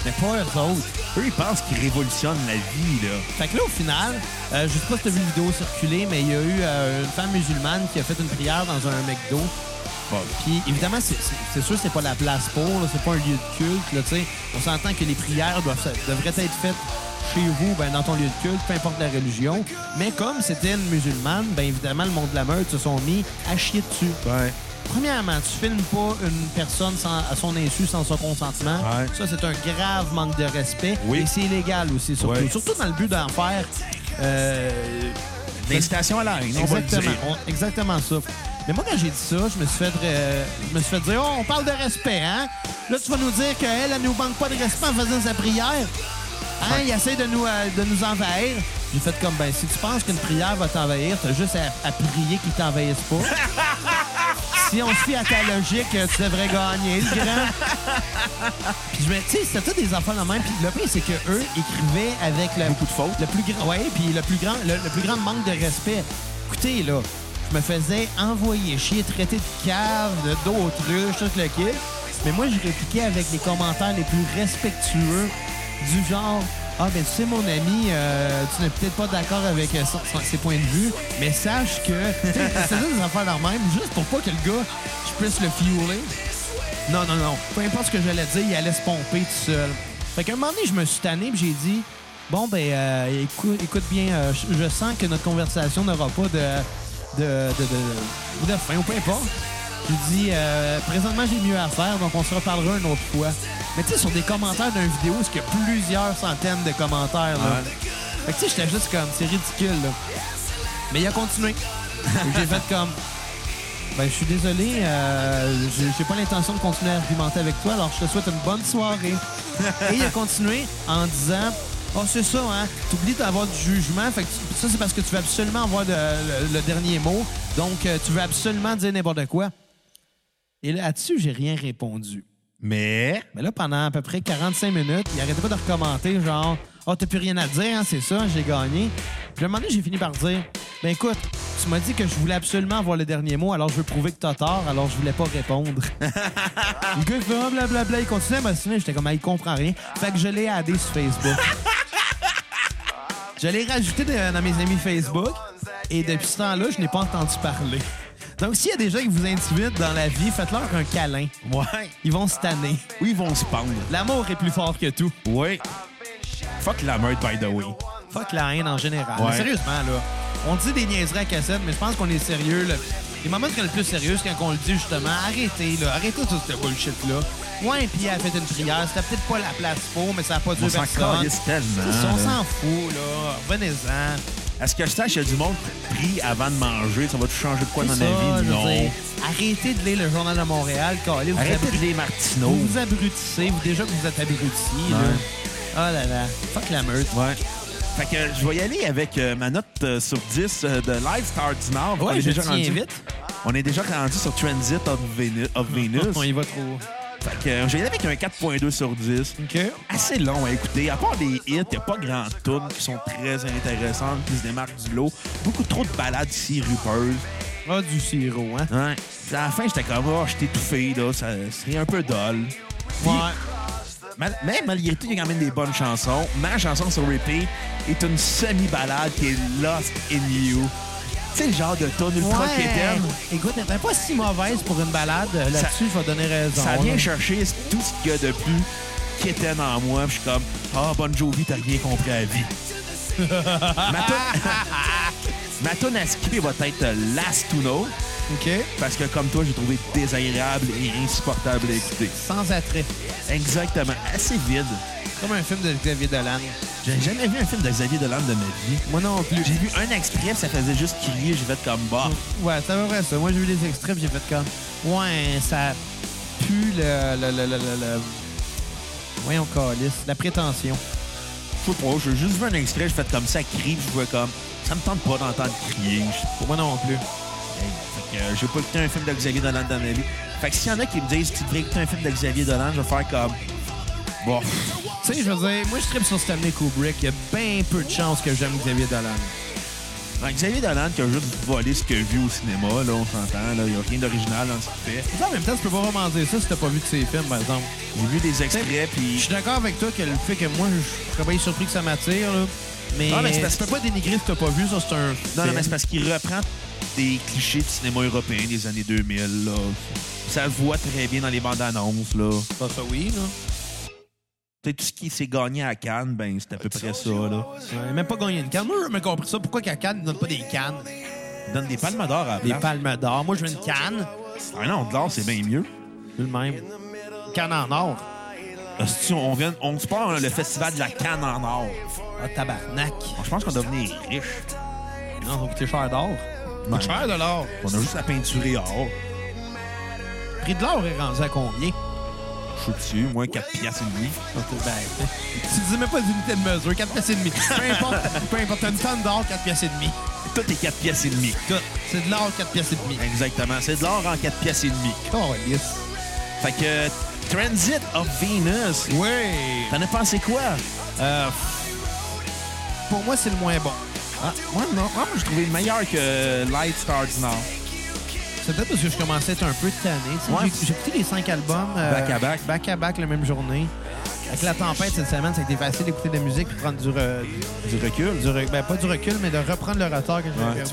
S3: mais pas eux autres.
S1: Eux, ils pensent qu'ils révolutionnent la vie, là.
S3: Fait que là, au final, euh, je sais pas si t'as vu une vidéo circuler, mais il y a eu euh, une femme musulmane qui a fait une prière dans un McDo. Puis évidemment, c'est- c'est c'est sûr que c'est pas la place pour, là, c'est pas un lieu de culte. Là, tu sais. on s'entend que les prières doivent, se- devraient être faites chez vous, ben, dans ton lieu de culte, peu importe la religion. Mais comme c'était une musulmane, ben évidemment, le monde de la meute se sont mis à chier dessus.
S1: Ouais.
S3: Premièrement, tu filmes pas une personne sans- à son insu, sans son consentement.
S1: Ouais.
S3: Ça, c'est un grave manque de respect.
S1: Oui.
S3: Et c'est illégal aussi, surtout.
S1: Ouais.
S3: Surtout dans le but d'en faire. euh,
S1: L'incitation à la haine, on va le
S3: exactement,
S1: dire.
S3: on- exactement ça. Mais moi, quand j'ai dit ça, je me suis fait, euh, je me suis fait dire oh, on parle de respect, hein? Là, tu vas nous dire qu'elle, elle nous manque pas de respect en faisant sa prière. Hein? Il essaie de nous, euh, de nous envahir. J'ai fait comme, ben, si tu penses qu'une prière va t'envahir, t'as juste à, à prier qu'il t'envahisse pas. si on se fie à ta logique, euh, tu devrais gagner, le grand. Puis je me, tu sais, c'était tout des enfants de même. Puis le pire, c'est que eux écrivaient avec le
S1: Beaucoup de fautes.
S3: le plus grand, ouais, puis le plus grand, le, le plus grand manque de respect. Écoutez là, je me faisais envoyer chier, traiter de cave, de d'autruche, tout le kit. Mais moi, je répliquais avec les commentaires les plus respectueux du genre. Ah ben tu sais mon ami, euh, tu n'es peut-être pas d'accord avec euh, son- son- ses points de vue, mais sache que Tu sais, c'est juste des affaires dans le même, juste pour pas que le gars, je puisse le fueler. Non, non, non. Peu importe ce que j'allais dire, il allait se pomper tout seul. Fait qu'à un moment donné, je me suis tanné puis j'ai dit Bon, ben, euh, écoute, écoute bien, euh, je- je sens que notre conversation n'aura pas de, de, de, de, de fin, ou peu importe. J'ai dit euh, Présentement, j'ai mieux à faire, donc on se reparlera une autre fois. Mais tu sais, sur des commentaires d'une vidéo, ce qu'il y a plusieurs centaines de commentaires. Là. Fait que tu sais, j'étais juste comme C'est ridicule, là. Mais il a continué. j'ai fait comme ben, je suis désolé, euh, j'ai j'ai pas l'intention de continuer à argumenter avec toi, alors je te souhaite une bonne soirée. Et il a continué en disant Ah, c'est ça, hein, t'oublies d'avoir du jugement. Fait que tu- ça, c'est parce que tu veux absolument avoir le, le- le dernier mot. Donc, euh, tu veux absolument dire n'importe quoi. Et là, là-dessus, j'ai rien répondu.
S1: Mais.
S3: Mais là, pendant à peu près 45 minutes, il arrêtait pas de recommenter, genre, ah, t'as plus rien à dire, hein, c'est ça, j'ai gagné. Puis à un moment donné, j'ai fini par dire, ben écoute, tu m'as dit que je voulais absolument avoir le dernier mot, alors je veux prouver que t'as tort, alors je voulais pas répondre. le gars, il fait, Ah, blablabla, il continuait à m'assumer, j'étais comme, ah, il comprend rien. Fait que je l'ai addé sur Facebook. je l'ai rajouté de- dans mes amis Facebook, et depuis ce temps-là, je n'ai pas entendu parler. Donc, s'il y a des gens qui vous intimident dans la vie, faites-leur un câlin.
S1: Ouais.
S3: Ils vont se tanner.
S1: Où ils vont se pendre?
S3: L'amour est plus fort que tout.
S1: Ouais. Fuck la meute, by the way.
S3: Fuck la haine en général.
S1: Ouais.
S3: Mais sérieusement, là, on dit des niaiseries à cassette, mais je pense qu'on est sérieux. Là. Les moments qu'on est le plus sérieux, c'est quand on le dit justement, arrêtez, là, arrêtez tout ce bullshit-là. Moi, un pied a fait une prière, c'était peut-être pas la place pour, mais ça n'a pas dû
S1: On s'en calisse tellement,
S3: On
S1: là.
S3: s'en fout, là. Revenez-en.
S1: À ce que je sache, il y a du monde pris avant de manger. Ça va te changer de quoi dans
S3: C'est ça,
S1: la vie?
S3: je veux
S1: Non.
S3: dire, arrêtez de lire le journal de Montréal, calé, vous
S1: Arrêtez
S3: abru-
S1: de les martineaux.
S3: Vous vous abrutissez, vous déjà que vous êtes abrutis, là. Oh là là, fuck la meute.
S1: Ouais. Fait que euh, je vais y aller avec euh, ma note euh, sur 10 euh, de Live Star du Nord. on,
S3: Ouais,
S1: est
S3: je
S1: déjà
S3: t'y
S1: rendu,
S3: invite.
S1: on est déjà rendu sur Transit of Venus. Of Venus.
S3: On y va trop.
S1: Fait que euh, je vais y aller avec un 4.2 sur 10.
S3: OK.
S1: Assez long à écouter. À part des hits, il a pas grand tunes qui sont très intéressantes qui se démarquent du lot. Beaucoup trop de balades sirupeuses.
S3: Ah, du sirop, hein?
S1: Ouais. À la fin, j'étais comme, oh, j'étais étouffé, là. Ça, c'est un peu dull. Puis, mal- mais malgré tout, il y a quand même des bonnes chansons. Ma chanson sur repeat est une semi-balade qui est Lost in You. C'est le genre de tune ultra quétaine.
S3: Écoute, elle n'est pas si mauvaise pour une balade. Là-dessus, je vais donner raison.
S1: Ça vient
S3: là.
S1: chercher tout ce qu'il y a de plus quétaine en moi. Puis Je suis comme, ah, bonne Jovi, t'as rien compris à la vie. ma toune- Ma tune à skipper va être Last to Know,
S3: OK.
S1: parce que comme toi, j'ai trouvé désagréable et insupportable à écouter.
S3: Sans attrait.
S1: Exactement. Assez vide.
S3: Comme un film de Xavier Dolan.
S1: J'ai jamais vu un film de Xavier Dolan de ma vie.
S3: Moi non plus.
S1: J'ai vu un extrait, puis ça faisait juste crier, j'ai fait comme bah.
S3: Ouais, c'est à peu près ça. Moi, j'ai vu des extraits puis j'ai fait comme... Ouais, ça pue le... le, le, le, le, le... Voyons, câlisse. La prétention.
S1: Je sais pas, j'ai juste vu un extrait, j'ai fait comme ça crie, puis je vois comme ça me tente pas d'entendre crier. Je sais
S3: Pour moi non plus.
S1: pas, hey, fait que, euh, j'ai pas écouté un film de Xavier Dolan dans ma vie. Fait que s'il y en a qui me disent tu devrais écouter un film de Xavier Dolan, je vais faire comme bon.
S3: Tu sais, je veux dire, moi, je tripe sur Stanley Kubrick. Il y a bien peu de chances que j'aime Xavier Dolan.
S1: Donc, Xavier Dolan qui a juste volé ce qu'il a vu au cinéma, là, on s'entend, là, il y a rien d'original dans ce qu'il fait.
S3: Mais En même temps, tu peux pas vraiment dire ça si t'as pas vu de ses films, par exemple.
S1: J'ai vu des extraits,
S3: Je
S1: puis
S3: suis d'accord avec toi que le fait que moi, je serais bien surpris que ça m'attire, là. Mais,
S1: Ah, mais c'est parce-
S3: tu peux pas dénigrer ce que t'as pas vu, ça, c'est
S1: Non,
S3: un.
S1: non, mais c'est
S3: film.
S1: parce qu'il reprend des clichés du cinéma européen des années 2000. Là. Ça se voit très bien dans les bandes annonces. Là.
S3: Bah, ça, oui, là.
S1: Tu sais, tout ce qui s'est gagné à Cannes, ben, c'est à peu près ça. Là.
S3: Ouais, même pas gagné une canne. Moi, je me compris ça. Pourquoi qu'à Cannes, ils donnent pas des cannes?
S1: Donne des palmes d'or à la
S3: Des
S1: place.
S3: palmes d'or. Moi, je veux une canne.
S1: Ah non, de l'or, c'est bien mieux.
S3: Le même. Canne en or.
S1: Hostie, on, vient, on se part hein, le festival de la Cannes en or.
S3: Ah, tabarnak.
S1: Je pense qu'on doit devenir riche.
S3: Non, ça va coûter cher d'or.
S1: Non.
S3: Cher de l'or.
S1: On a juste à peinturer or.
S3: Le prix de l'or est rendu à combien?
S1: Je suis dessus, moins 4 piastres et demi.
S3: Ah, c'est- Ben, tu dis même pas d'unité de mesure. 4 pièces et demi. Peu importe. Peu importe. T'as une tonne d'or, 4 pièces et demi.
S1: Tout est 4 piastres et demi.
S3: Tout. C'est de l'or, 4 pièces et demi.
S1: Exactement, c'est de l'or en 4 piastres et demi.
S3: Oh, yes.
S1: Fait que Transit of Venus,
S3: Oui.
S1: t'en as pensé quoi?
S3: Euh, pour moi, c'est le moins bon.
S1: Ah, ouais, non. Ah, moi, j'ai trouvé le meilleur que Light Stars Now.
S3: C'est peut-être parce que je commençais à être un peu tanné. tu sais.
S1: Ouais.
S3: J'ai- J'ai écouté les cinq albums. euh,
S1: Back à back.
S3: Back à back la même journée. Avec la tempête cette semaine, ça a été facile d'écouter de la musique puis de prendre du, re-
S1: Du recul.
S3: du re- ben, pas du recul, mais de reprendre le retard que j'avais
S1: Ouais.
S3: perdu.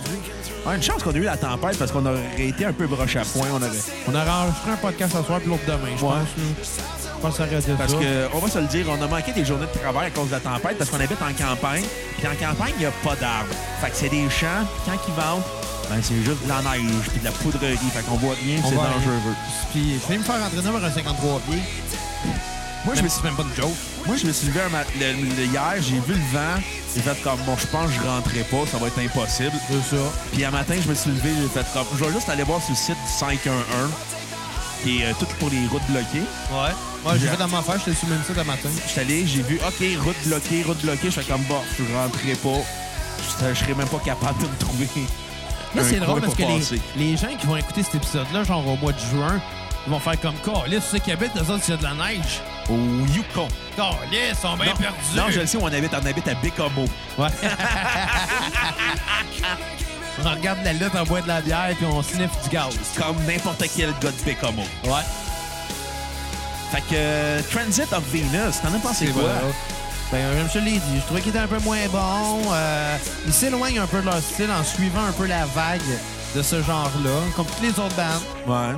S1: Ah, une chance qu'on a eu la tempête parce qu'on aurait été un peu broche à point. On aurait...
S3: On aurait enregistré un podcast ce soir puis l'autre demain, je
S1: Ouais.
S3: pense. là. Je pense que ça aurait été
S1: Parce
S3: ça.
S1: que, on va se le dire, on a manqué des journées de travail à cause de la tempête parce qu'on habite en campagne. Puis en campagne, il n'y a pas d'arbres. Fait que c'est des champs. Quand ils vendent, ben, c'est juste de la neige puis de la poudrerie. Fait qu'on voit rien, puis
S3: On
S1: c'est
S3: va
S1: dangereux.
S3: Puis je vais me faire entraîner par un 53 pieds.
S1: Moi, je me suis,
S3: même pas une joke.
S1: moi, je me suis levé un mat- le- le- hier, j'ai vu le vent. J'ai fait comme, bon, je pense que je rentrerai pas, ça va être impossible.
S3: C'est ça.
S1: Puis un matin, je me suis levé, j'ai fait comme. Je vais juste aller voir sur le site du 511.
S4: qui est euh, toute pour les routes bloquées.
S3: Ouais. Moi, j'ai fait dans ma affaire, j'étais sur le même site le matin.
S4: Je suis allé, j'ai vu, OK, route bloquée, route bloquée. Je fais comme, bah, je rentrerai pas. Je, je serais même pas capable de me trouver.
S3: Là,
S4: un
S3: c'est drôle
S4: coin
S3: parce
S4: pour
S3: que les,
S4: passer.
S3: les gens qui vont écouter cet épisode-là, genre au mois de juin, ils vont faire comme Calis, tu sais qu'ils habitent, eux autres, c'est de la neige.
S4: Au Yukon.
S3: Calis, ils sont bien
S4: non,
S3: perdus.
S4: non, je le sais, on habite, on habite à Bécomo.
S3: Ouais. on regarde la lutte, on boit de la bière, puis on sniffe du gaz.
S4: Comme n'importe quel gars de Bécomo.
S3: Ouais.
S4: Fait que euh, Transit of Venus, t'en as pensé quoi?
S3: Ben, comme je te l'ai dit, je trouvais qu'il était un peu moins bon. Euh, ils s'éloignent un peu de leur style en suivant un peu la vague de ce genre-là, comme toutes les autres bandes.
S4: Ouais.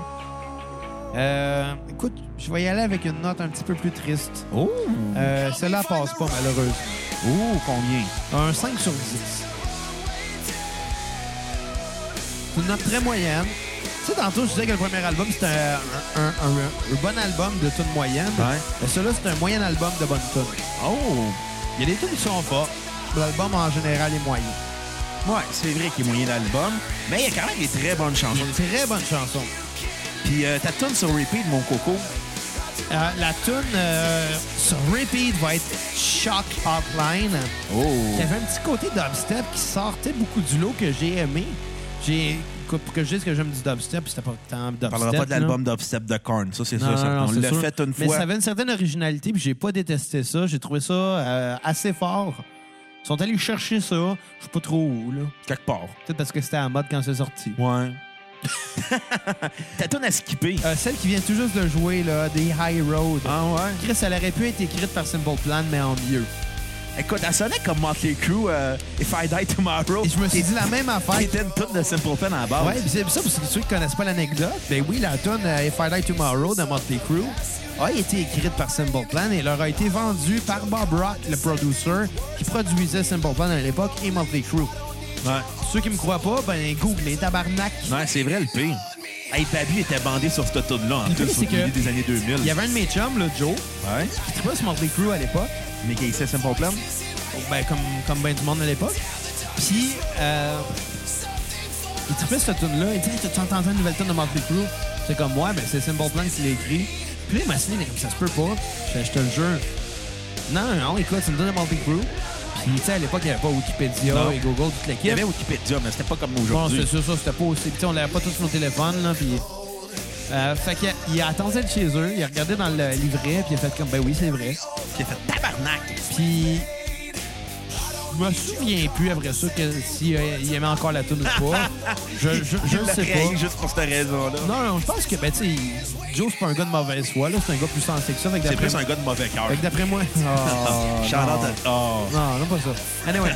S3: Euh, écoute, je vais y aller avec une note un petit peu plus triste.
S4: Oh!
S3: Euh, Celle-là passe pas, malheureusement.
S4: Oh, combien?
S3: Un 5 sur 10. C'est une note très moyenne. Tu sais, tantôt, je disais que le premier album, c'était un, un- un- un bon album de tune moyenne.
S4: Ouais.
S3: Mais Celui-là, c'est un moyen album de bonne tune.
S4: Oh!
S3: Il y a des tunes qui sont fortes. mais L'album, en général, est moyen.
S4: Ouais, c'est vrai qu'il est moyen d'album, mais il y a quand même des très bonnes chansons.
S3: Une très bonne chanson.
S4: Puis euh, ta tune sur repeat, mon coco.
S3: Euh, la tune euh, sur repeat va être Shock Hotline.
S4: Oh!
S3: Il y avait un petit côté dubstep qui sortait beaucoup du lot que j'ai aimé. J'ai écoute, pour que je dise que j'aime du dubstep, c'était pas tant dubstep.
S4: On parlera pas de
S3: là.
S4: l'album d'Obstep de Korn, ça c'est
S3: Non,
S4: sûr.
S3: non,
S4: certain.
S3: non,
S4: on
S3: c'est
S4: l'a
S3: sûr.
S4: fait une
S3: Mais
S4: fois.
S3: ça avait une certaine originalité, puis j'ai pas détesté ça. J'ai trouvé ça euh, assez fort. Ils sont allés chercher ça. Je sais pas trop où, là.
S4: Quelque part.
S3: Peut-être parce que c'était à la mode quand c'est sorti.
S4: Ouais. ta tune à skipper.
S3: Euh, celle qui vient tout juste de jouer, là, des High Road.
S4: Ah ouais?
S3: Chris, elle aurait pu être écrite par Simple Plan, mais en mieux.
S4: Écoute, elle sonnait comme Motley Crue, euh, If I Die Tomorrow.
S3: Et je me suis dit la même affaire.
S4: Qui était une tune de Simple Plan en base.
S3: Ouais, pis c'est ça, parce que ceux qui connaissent pas l'anecdote, ben oui, la tune euh, If I Die Tomorrow de Motley Crue a été écrite par Simple Plan et leur a été vendue par Bob Rock, le producer qui produisait Simple Plan à l'époque et Motley Crue.
S4: Ouais.
S3: Ceux qui me croient pas, ben googlez, tabarnak.
S4: Ouais, Ah, c'est vrai le pire. Hey, Babu était bandé sur cette tune-là, en
S3: Le pire,
S4: plus, au
S3: c'est que-
S4: milieu des années 2000.
S3: Il y avait un de mes chums, le Joe,
S4: Ouais.
S3: qui trouvait sur Motley Crue à l'époque,
S4: Mais qui essaie Simple Plan.
S3: ben comme, comme ben du monde à l'époque, puis euh, il trouvait cette tune-là, il dit « T'as-tu entendu une nouvelle tune de Motley Crue? » C'est comme « Ouais, mais c'est Simple Plan qui l'a écrit. » Puis là, il m'a signé, il est comme « Ça se peut pas. » Je fais, Je te le jure. Non, non, écoute, c'est une tune de Motley Crue. Puis tu sais, à l'époque, il n'y avait pas Wikipédia
S4: Non.
S3: et Google, toute l'équipe.
S4: Il y avait Wikipédia, mais c'était pas comme
S3: Bon,
S4: aujourd'hui.
S3: c'est sûr, ça, c'était pas aussi. Puis, tu sais, on l'avait pas tous sur nos téléphones, là, puis. Euh, fait qu'il a- il attendait de chez eux, il a regardé dans le livret, puis il a fait comme, ben oui, c'est vrai.
S4: J'ai fait tabarnak.
S3: Puis. Je me souviens plus après ça que s'il il aimait encore la tune ou pas. Je, je, je
S4: Il
S3: le
S4: l'a
S3: sais
S4: trahi
S3: pas.
S4: juste pour cette raison-là.
S3: Non, non, je pense que, ben, tu sais, il- Joe, c'est pas un gars de mauvaise foi, là, c'est un gars plus sensé que ça. Fait que
S4: C'est
S3: d'après-
S4: plus un gars de mauvais cœur.
S3: fait que d'après moi. Oh,
S4: Shout-out
S3: non.
S4: à- Oh.
S3: Non, non, pas ça. Anyway.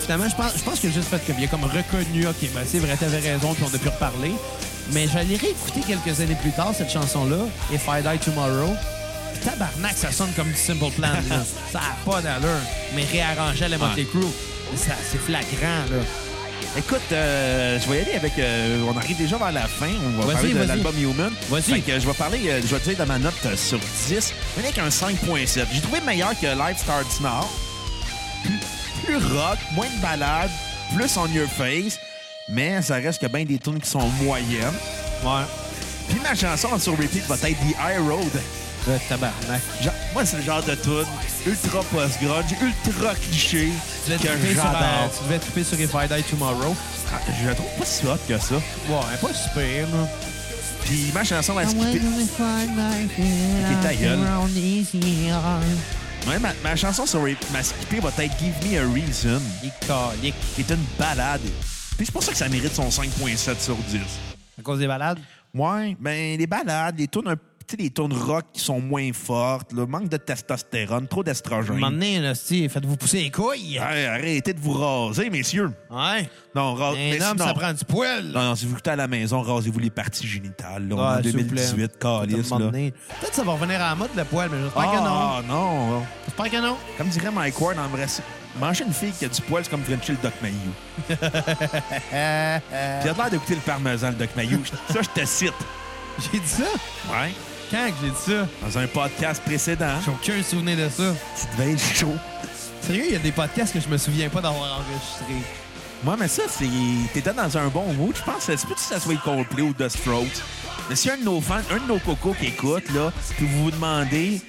S3: Finalement, je pense, je pense que juste fait comme il a comme reconnu, OK, ben c'est vrai, t'avais raison, puis on a pu reparler. Mais j'allais réécouter quelques années plus tard cette chanson-là, If I Die Tomorrow. Tabarnak, ça sonne comme du Simple Plan. là. ça a pas d'allure, mais réarrangé à la Motley Crue. Ça, C'est flagrant, là.
S4: Écoute, euh, je vais y aller avec. euh, on arrive déjà vers la fin. On va
S3: Vas-y,
S4: parler de
S3: vas-y.
S4: l'album Human.
S3: Vas-y.
S4: Fait que, euh, je vais parler, euh, je vais te dire de ma note euh, sur 10. On est avec un 5.7. J'ai trouvé meilleur que Life Starts Now. Plus, plus rock, moins de balades, plus on your face. Mais ça reste que bien des tunes qui sont moyennes.
S3: Ouais.
S4: Puis ma chanson sur repeat va être The High Road.
S3: tabarnak.
S4: Genre- moi, c'est le genre de tune ultra post-grunge, ultra cliché
S3: Tu devais,
S4: que
S3: triper sur, euh,
S4: j'adore.
S3: tu devais triper sur If I Die Tomorrow.
S4: Ah, Je la trouve pas si hot que ça.
S3: Ouais, pas super, là.
S4: Puis ma chanson
S3: Ah
S4: va skipper.
S3: T'es
S4: ta gueule. Ouais, ma, ma chanson sur Re- ma skippée va être Give Me a Reason,
S3: Iconique.
S4: qui est une balade. Puis c'est pour ça que ça mérite son 5.7 sur 10.
S3: À cause des balades?
S4: Ouais, ben les balades, les tunes, un- tu sais, les tunes rock qui sont moins fortes, le manque de testostérone,
S3: Un
S4: trop
S3: moment
S4: d'estrogène.
S3: donné, là, si, faites-vous pousser les couilles.
S4: Hey, arrêtez de vous raser, messieurs.
S3: Ouais.
S4: Non, ra- Oh, mais
S3: Un homme,
S4: sinon-
S3: ça prend du poil.
S4: Non, non, si vous écoutez à la maison, rasez-vous les parties génitales. là. on
S3: Ah,
S4: est en
S3: s'il vous plaît.
S4: 2018, calice,
S3: Peut-être un moment
S4: là.
S3: donné. Peut-être que ça va revenir à la mode, le poil, mais j'espère que non.
S4: Ah, non.
S3: J'espère que non.
S4: Comme dirait Mike Ward, embrasser. Manger une fille qui a du poil, c'est comme Frenchie le Doc Mayou.
S3: Euh, euh,
S4: J'ai l'air d'écouter le parmesan, le Doc Mayou. Ça, je te cite.
S3: j'ai dit ça?
S4: Ouais.
S3: Quand que j'ai dit ça?
S4: Dans un podcast précédent,
S3: J'ai aucun souvenir de ça.
S4: tu devais être chaud.
S3: Sérieux, il y a des podcasts que je me souviens pas d'avoir enregistrés.
S4: Moi, mais ça, c'est. T'étais dans un bon mood. Je pense que c'est plus que ça soit Coldplay ou The Strokes. Mais si un de nos fans, un de nos cocos qui écoute, là, puis vous vous demandez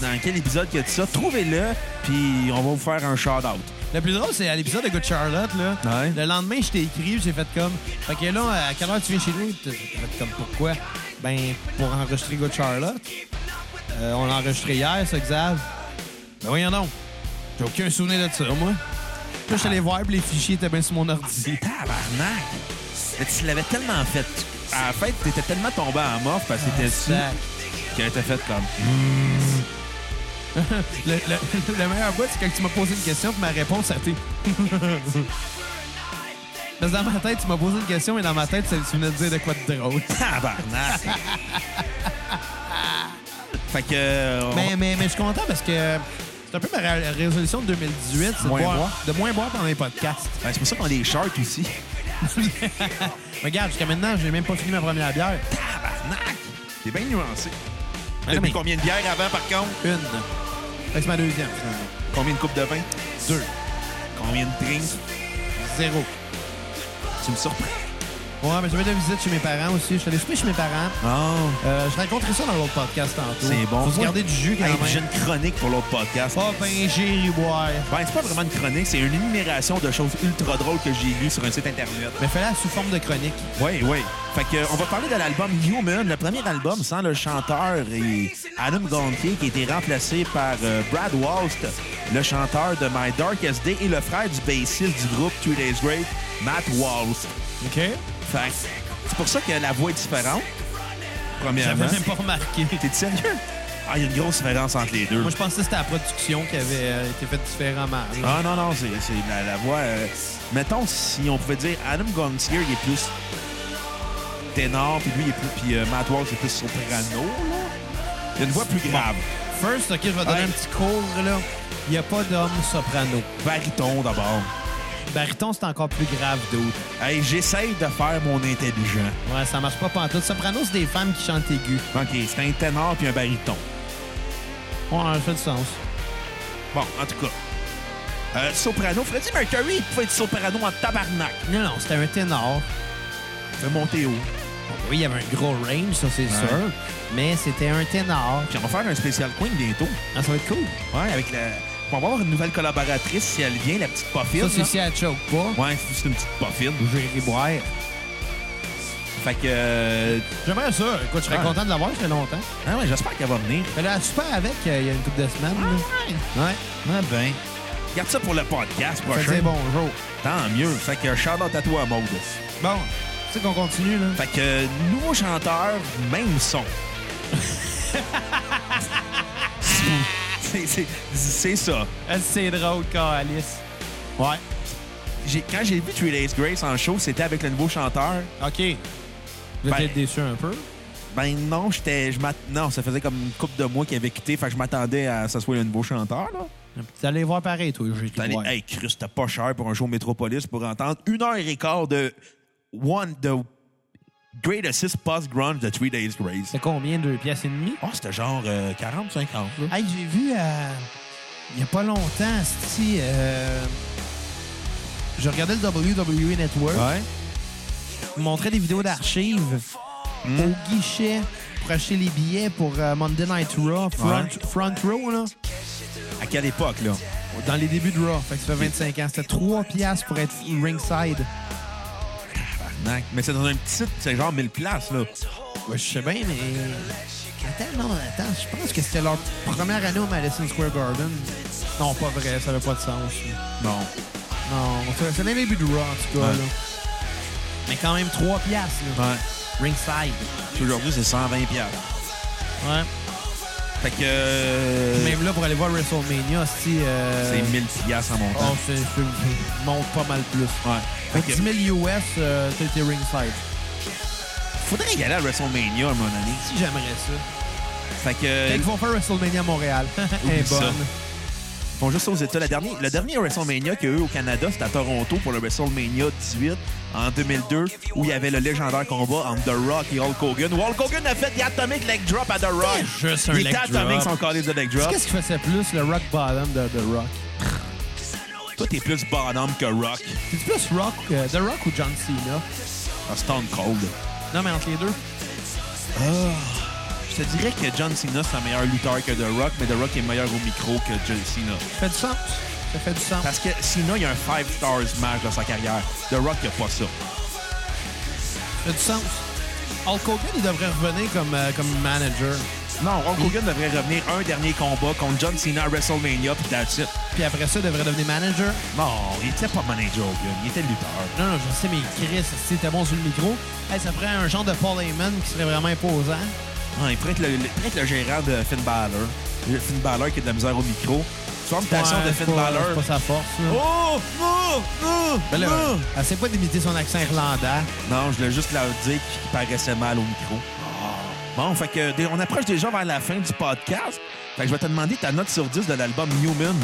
S4: dans quel épisode il y a de ça, trouvez-le, puis on va vous faire un shout-out.
S3: Le plus drôle, c'est à l'épisode de Good Charlotte, là.
S4: Ouais.
S3: Le lendemain, je t'ai écrit, j'ai fait comme. Fait que là, à quelle heure tu viens chez nous? T'as t'as fait comme pourquoi? Ben, pour enregistrer Good Charlotte. Euh, on l'a enregistré hier, ça, Xav. Ben voyons donc. J'ai aucun souvenir de ça, moi. Puis Là, je suis allé voir, puis les fichiers étaient bien sur mon ordi.
S4: C'est tabarnak! Mais tu l'avais tellement fait. À la fête, t'étais tellement tombé en morph parce que t'étais dessus
S3: Sac.
S4: qu'elle était faite comme.
S3: Le, le- le meilleur bout, c'est quand tu m'as posé une question, puis ma réponse, ça a été. Parce que dans ma tête, tu m'as posé une question, mais dans ma tête, ça- tu venais de dire de quoi de drôle.
S4: Tabarnak! fait que. euh, on-
S3: Mais, mais, mais je suis content parce que c'est un peu ma ré- résolution de 2018, c'est de,
S4: Moins
S3: boire-
S4: boire.
S3: de moins boire dans mes podcasts.
S4: Ben, c'est pour ça qu'on est sharks ici.
S3: Regarde, jusqu'à maintenant, j'ai même pas fini ma première bière.
S4: Tabarnak! C'est bien nuancé.
S3: Mais
S4: T'as
S3: non,
S4: bu
S3: mais
S4: combien de bières avant, par contre?
S3: une. Fait que c'est ma deuxième, finalement.
S4: Combien de coupes de vin?
S3: Deux.
S4: Combien de drinks?
S3: Zéro.
S4: Tu me surprends.
S3: Ouais, mais j'avais de visite chez mes parents aussi. Je suis allé souper chez mes parents.
S4: Oh,
S3: Euh, je raconterai ça dans l'autre podcast tantôt.
S4: c'est bon.
S3: Faut se garder du jus quand
S4: Hey, J'ai
S3: même.
S4: une chronique pour l'autre podcast.
S3: Pas pinger et boire.
S4: Ben, c'est pas vraiment une chronique, c'est une énumération de choses ultra drôles que j'ai lues sur un site internet.
S3: Mais fais-la sous forme de chronique.
S4: Oui, oui. Fait que, euh, on va parler de l'album Human, le premier album sans le chanteur et Adam Gontier qui a été remplacé par euh, Brad Walst, le chanteur de My Darkest Day et le frère du bassiste du groupe Two Days Great, Matt Walst.
S3: OK?
S4: Fait que c'est pour ça que la voix est différente,
S3: J'avais
S4: premièrement.
S3: même pas remarqué.
S4: T'es sérieux? Ah, il y a une grosse différence entre les deux.
S3: Moi, je pensais que c'était la production qui avait euh, été faite différemment. là.
S4: Ah non, non, c'est c'est la, la voix. euh, mettons si on pouvait dire Adam Gontier, il est plus ténor, puis lui, il est plus. Puis euh, Matt Walsh, il est plus soprano, là. Il a une voix plus grave.
S3: First, OK, je vais donner
S4: Ouais.
S3: un petit cours, là. Il n'y a pas d'homme soprano.
S4: Bariton d'abord.
S3: Bariton, c'est encore plus grave, dude.
S4: Hey, j'essaye de faire mon intelligent.
S3: Ouais, ça marche pas pantoute. Soprano, c'est des femmes qui chantent aigu.
S4: OK, c'est un ténor puis un bariton.
S3: Ouais, ça fait du sens.
S4: Bon, en tout cas. Euh, soprano, Freddie Mercury, il pouvait être soprano en tabarnak.
S3: Non, non, c'était un ténor.
S4: Fait monter haut.
S3: Oui, il y avait un gros range, ça, c'est sûr. Mais c'était un ténor.
S4: Puis on va faire un spécial Queen bientôt.
S3: Ah, ça va être cool.
S4: Ouais, avec la. On va avoir une nouvelle collaboratrice si elle vient, la petite
S3: Ça,
S4: poffine.
S3: c'est
S4: là.
S3: si elle choke pas.
S4: Ouais, c'est une petite poffine.
S3: J'irai boire.
S4: Fait que. euh,
S3: J'aimerais ça. Écoute, je serais
S4: Ouais.
S3: content de l'avoir, ça fait longtemps.
S4: Ah ouais, j'espère qu'elle va venir.
S3: Mais là, super avec, euh, il y a une couple de semaines. là. Ouais.
S4: Ah ben. Garde ça pour le podcast
S3: Ça
S4: prochain.
S3: disait bonjour.
S4: Tant mieux. Fait que shout out à toi, Maude.
S3: Bon, tu sais qu'on continue, là.
S4: Fait que euh, nouveau chanteur, même son. C'est- c'est- C'est ça.
S3: Ah, C'est drôle, Alice. Ouais.
S4: J'ai- quand j'ai vu Three Days Grace en show, c'était avec le nouveau chanteur.
S3: OK. Vous êtes
S4: Ben-
S3: déçu un peu.
S4: Ben non, j'étais. je m'att- Non, ça faisait comme une couple de mois qu'il avait quitté. Fait que je m'attendais à ce soit le nouveau chanteur, là.
S3: T'es allé voir pareil, toi, j'ai été
S4: T'as allé-
S3: voir.
S4: Hey, Chris, c'était pas cher pour un show Métropolis pour entendre une heure et quart de One, de Great Assist Post Grunge de Three Days Grace.
S3: C'est combien, deux pièces et demie?
S4: Oh, c'était genre 40-50.
S3: Hey, j'ai vu euh, il y a pas longtemps, si euh, je regardais le WWE Network,
S4: Ouais.
S3: ils montraient des vidéos d'archives au guichet pour acheter les billets pour euh, Monday Night Raw, front,
S4: Ouais.
S3: front row, là,
S4: À quelle époque, là?
S3: dans les débuts de Raw. Fait que ça fait 25 ans. C'était 3 piastres pour être ringside.
S4: Tabarnak. Mais c'est dans un petit site, c'est genre 1000 places, là.
S3: Ouais, je sais bien, mais. Attends, non, attends, je pense que c'était leur première année au Madison Square Garden. Non, pas vrai, ça n'avait pas de sens.
S4: Non.
S3: Non, c'est- c'est les débuts de Raw, en tout cas,
S4: Ouais.
S3: là. Mais quand même 3 piastres, là.
S4: Ouais.
S3: Ringside.
S4: Puis aujourd'hui, c'est 120 piastres.
S3: Ouais.
S4: Fait que. euh,
S3: Même là, pour aller voir WrestleMania, si. Euh...
S4: C'est 1000 piastres en
S3: Oh,
S4: montant.
S3: c'est. c'est- monte pas mal plus.
S4: Ouais.
S3: Fait
S4: Fait
S3: que
S4: que
S3: 10 000 US, euh, t'as été ringside.
S4: faudrait y aller à WrestleMania, à mon année.
S3: Si j'aimerais ça.
S4: Fait que.
S3: Fait qu'ils vont faire WrestleMania à Montréal.
S4: Ben, Oublie
S3: Et
S4: ça.
S3: bonne.
S4: Ils font juste ça aux États. La dernière, le dernier WrestleMania qu'il y a eu au Canada, c'était à Toronto pour le WrestleMania 18 en 2002, où il y avait le légendaire combat entre The Rock et Hulk Hogan. Où Hulk Hogan a fait des Atomic Leg Drop à The Rock.
S3: C'était juste un
S4: il
S3: leg
S4: était Atomic
S3: drop.
S4: son collé de Leg Drop.
S3: Qu'est-ce qui faisait plus le rock bottom de The Rock?
S4: Toi, t'es plus bonhomme que rock.
S3: C'est plus Rock, euh, The Rock ou John Cena?
S4: Ah, Stone Cold.
S3: Non, mais entre les deux.
S4: Je te dirais que John Cena, c'est un meilleur lutteur que The Rock, mais The Rock est meilleur au micro que John Cena.
S3: Ça fait du sens. Ça fait du sens.
S4: Parce que Cena, il a un 5 stars match dans sa carrière. The Rock, il a pas ça.
S3: Ça fait du sens. Hulk Hogan, il devrait revenir comme, euh, comme manager.
S4: Non, Hulk Hogan devrait revenir un dernier combat contre John Cena à WrestleMania, puis that's it.
S3: Puis après ça, il devrait devenir manager.
S4: Non, il était pas manager, Hogan. Il était lutteur.
S3: Non, non, je sais, mais Chris, si t'es bon sur le micro, Hey, ça ferait un genre de Paul Heyman qui serait vraiment imposant.
S4: Non, il pourrait être le, le- il pourrait être le gérant de Finn Balor. Le Finn Balor qui a de la misère au micro. Formation
S3: Ouais,
S4: de
S3: c'est
S4: Finn
S3: pas- C'est
S4: Balor.
S3: pas sa force, là.
S4: Oh! Oh! Oh!
S3: Ben là,
S4: oh!
S3: elle sait pas d'imiter son accent irlandais.
S4: Non, je voulais juste leur dire qu'il paraissait mal au micro. Ah. Bon, fait que dé- on approche déjà vers la fin du podcast. Fait que je vais te demander ta note sur 10 de l'album Newman.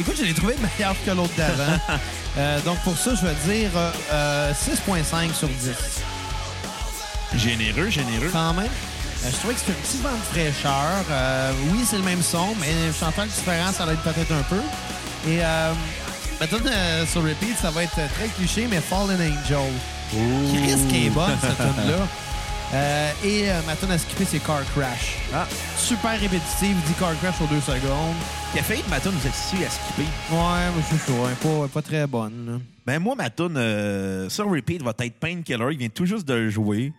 S3: Écoute, je l'ai trouvé meilleur que l'autre d'avant. Euh, donc pour ça, je vais dire euh, euh, 6.5 sur 10.
S4: Généreux, généreux.
S3: Quand même, euh, je trouvais que c'était un petit vent de fraîcheur. Euh, oui, c'est le même son, mais je t'entends différent, ça l'aide peut-être un peu. Et euh, ma tune, euh, sur repeat, ça va être euh, très cliché, mais Fallen Angel. Chris qui est bonne, cette tune là et euh, ma tune à skipper, c'est Car Crash.
S4: Ah,
S3: Super répétitive, dit Car Crash aux deux secondes.
S4: qui a failli de ma toune, vous êtes ici à skipper.
S3: Ouais, mais je suis chaud, hein, pas, pas très bonne. là.
S4: Ben moi, ma toune euh, sur repeat va être Painkiller. Il vient tout juste de le jouer.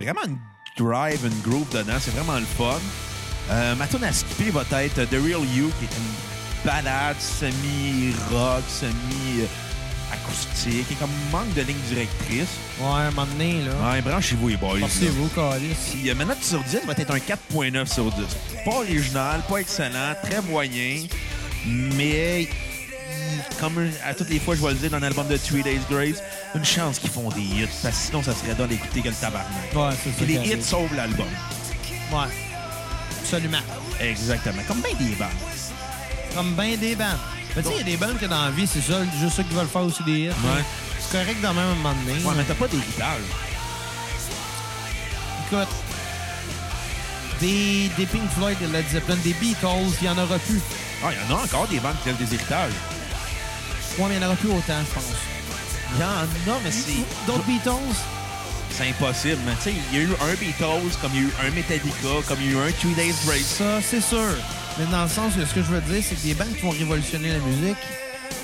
S4: Vraiment une drive, une groove dedans. C'est vraiment le fun. Euh, ma toune à skipper va être The Real You, qui est une balade semi-rock, semi-acoustique. Et comme manque de ligne directrice.
S3: Ouais, à un moment donné, là.
S4: Ouais, branchez-vous les boys. là.
S3: Pensez-vous, Calis.
S4: Puis euh, ma note sur 10 va être un 4.9 sur 10. Pas original, pas excellent, très moyen, mais mm, comme à toutes les fois, je vais le dire dans l'album de Three Days Grace, une chance qu'ils font des hits, parce que sinon, ça serait dans d'écouter que le tabarnak.
S3: Ouais, c'est
S4: Puis
S3: ça.
S4: les
S3: qui
S4: hits
S3: arrive.
S4: sauvent l'album.
S3: Ouais. Absolument.
S4: Exactement. Comme bien des bandes.
S3: Comme bien des bandes. Mais tu sais, il y a des bandes que dans la vie, c'est ça, juste ceux qui veulent faire aussi des hits.
S4: Ouais.
S3: C'est correct dans même un moment donné.
S4: Ouais, mais t'as pas d'héritage.
S3: Écoute, des, des Pink Floyd, des Led Zeppelin, des Beatles, il n'y en aura plus.
S4: Ah, il y en a encore des bandes qui ont des héritages.
S3: Ouais, mais il n'y en aura plus autant, je pense.
S4: Il y en a, mais
S3: D'autres Beatles,
S4: C'est impossible. Mais tu sais, il y a eu un Beatles, comme il y a eu un Metallica, comme il y a eu un Three Days Grace.
S3: ça, c'est sûr. Mais dans le sens que ce que je veux dire, c'est que des bandes qui vont révolutionner la musique,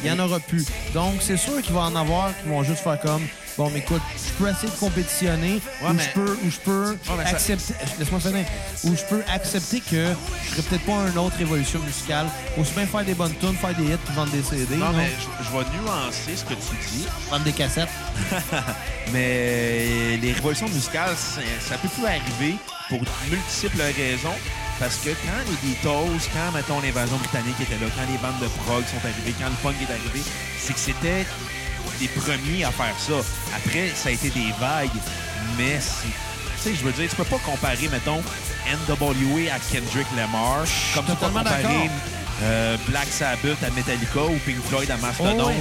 S3: il n'y en aura plus. Donc, c'est sûr qu'il va en avoir qui vont juste faire comme Bon, mais écoute, je peux essayer de compétitionner
S4: Ouais,
S3: ou
S4: mais-
S3: je peux, ou je peux
S4: mais ça-
S3: accepter. Laisse-moi finir. Ou je peux accepter que je serai peut-être pas une autre évolution musicale. Aussi bien faire des bonnes tunes, faire des hits, puis vendre des CD,
S4: Non,
S3: non?
S4: mais je, je vais nuancer ce que tu dis.
S3: vendre des cassettes.
S4: Mais euh, les révolutions musicales, ça ça peut plus arriver pour de multiples raisons. Parce que quand les Beatles, quand, mettons, l'invasion britannique était là, quand les bandes de prog sont arrivées, quand le punk est arrivé, c'est que c'était les premiers à faire ça. Après, ça a été des vagues, mais c'est... Tu sais, je veux dire, tu peux pas comparer, mettons, NWA à Kendrick Lamar, comme tu peux
S3: totalement
S4: comparer
S3: d'accord.
S4: euh, Black Sabbath à Metallica ou Pink Floyd à Mastodon.
S3: Oh, ouais.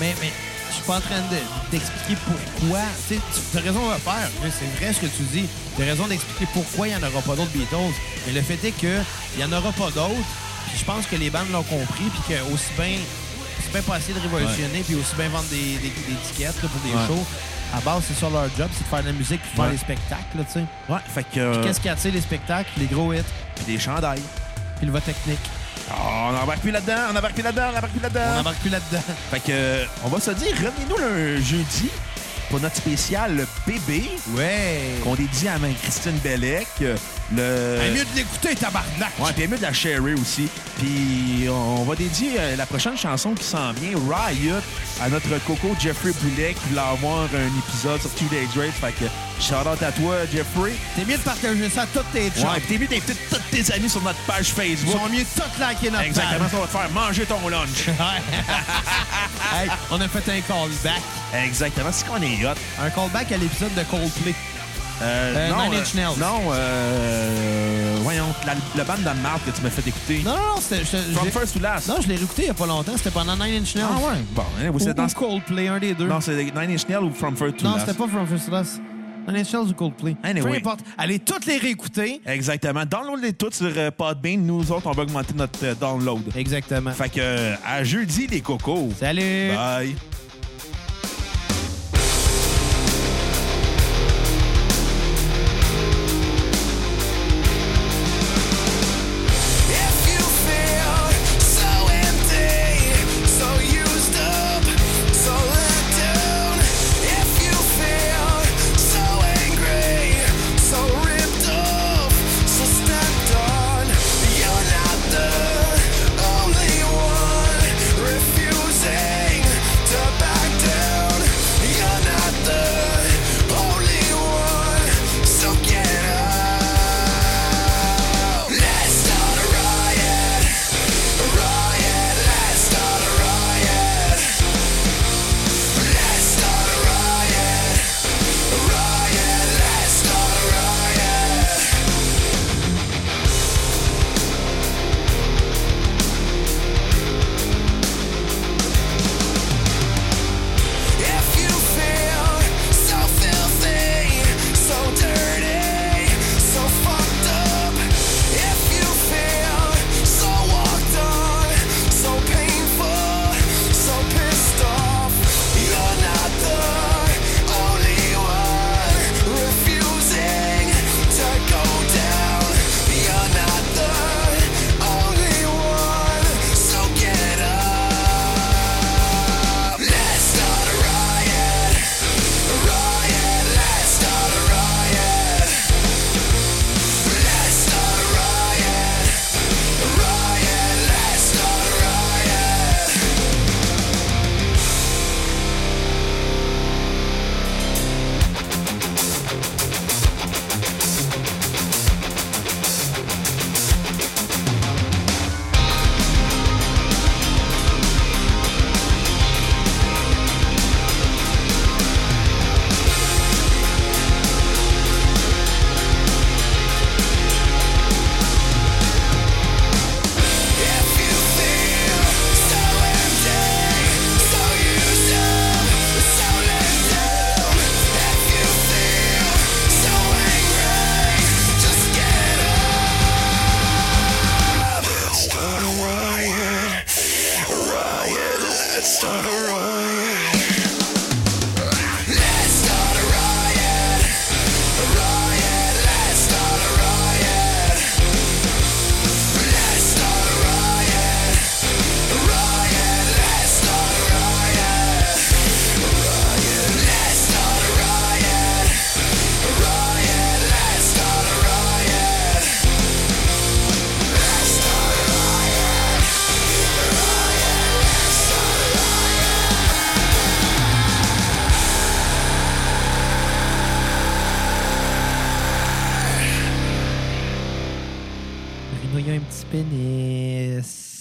S3: Mais, mais je suis pas en train de- d'expliquer pourquoi. Tu sais, tu as raison à faire. mais C'est vrai ce que tu dis. Tu as raison d'expliquer pourquoi il n'y en aura pas d'autres Beatles. Mais le fait est qu'il n'y en aura pas d'autres. Puis je pense que les bandes l'ont compris. Puis que aussi bien, aussi bien pas essayer de révolutionner. Puis aussi bien vendre des, des, des tickets là, pour des
S4: Ouais.
S3: shows. À base, c'est ça leur job, c'est de faire de la musique puis de faire
S4: Ouais.
S3: des spectacles. là, tu sais.
S4: Ouais, fait que... euh,
S3: Qu'est-ce qui attire les spectacles? Les gros hits,
S4: puis des chandails.
S3: puis le vote technique.
S4: Oh, on embarque plus là-dedans, on embarque plus là-dedans, on embarque plus
S3: On
S4: là-dedans.
S3: n'embarque plus là-dedans.
S4: Fait que, euh, on va se dire, revenez-nous le jeudi pour notre spécial PB
S3: Ouais.
S4: qu'on dédie à Christine Bellec. euh, Le...
S3: mieux de l'écouter, tabarnak!
S4: Ouais, puis mieux de la sharer aussi. Puis on va dédier euh, la prochaine chanson qui s'en vient, Riot, à notre coco Jeffrey Boulet qui voulait avoir un épisode sur Two Days Race. Fait que shout-out à toi, Jeffrey.
S3: T'es mieux de partager ça à toutes tes chums.
S4: Ouais, puis t'es mieux d'inviter tous tes amis sur notre page
S3: Ils
S4: Facebook.
S3: sont mieux toutes liker notre
S4: Exactement, ça va te faire manger ton lunch.
S3: page. Hey, on a fait un callback.
S4: Exactement, c'est qu'on est hot.
S3: Un callback à l'épisode de Coldplay.
S4: Euh,
S3: Euh,
S4: non,
S3: Nine Inch
S4: euh,
S3: Nails.
S4: non, euh, voyons, la, le band de marque que tu m'as fait écouter.
S3: Non, non, non, c'était... je- je
S4: From
S3: l'ai-
S4: First to Last.
S3: Non, je l'ai réécouté il y a pas longtemps. C'était pendant Nine Inch Nails.
S4: Ah ouais. Bon, hein, oui,
S3: Ou,
S4: c'est dans
S3: ou Coldplay, un des deux.
S4: Non, c'est Nine Inch Nails ou From First to
S3: Non,
S4: Last.
S3: c'était pas From First Loss. dans les Shells ou Coldplay.
S1: Anyway.
S3: Peu importe. Allez toutes les réécouter.
S1: Exactement. Downloadez toutes sur euh, Podbean. Nous autres, on va augmenter notre euh, download.
S3: Exactement.
S1: Fait que, euh, à jeudi, les cocos.
S3: Salut!
S1: Bye.
S2: If you feel so empty, so used up, so let down. If you feel so angry, so ripped off, so stepped on, you're not the only one refusing to back down. You're not the only one, so get up. Let's start a riot, riot. Let's start a riot. Let's start a riot, riot. Let's start a riot. If you feel so filthy, so dirty, so fucked up. If you feel so walked on, so painful, so pissed off, you're not the only one refusing to go down. You're not the only one, so get up. Let's start a riot, riot. Let's start a riot. Let's start a riot, riot. Let's start a riot. If you feel so empty, so used up, so let down. If you feel so angry, just get up. Let's start a riot, riot. Let's start a riot. Let's start a riot, riot. Let's start a riot. Let's start a riot, riot. Let's start a riot, riot. Let's start a riot, riot. Let's start a riot. Let's start a riot, riot. Let's start a riot.
S3: Bruno, il y a un petit pénis.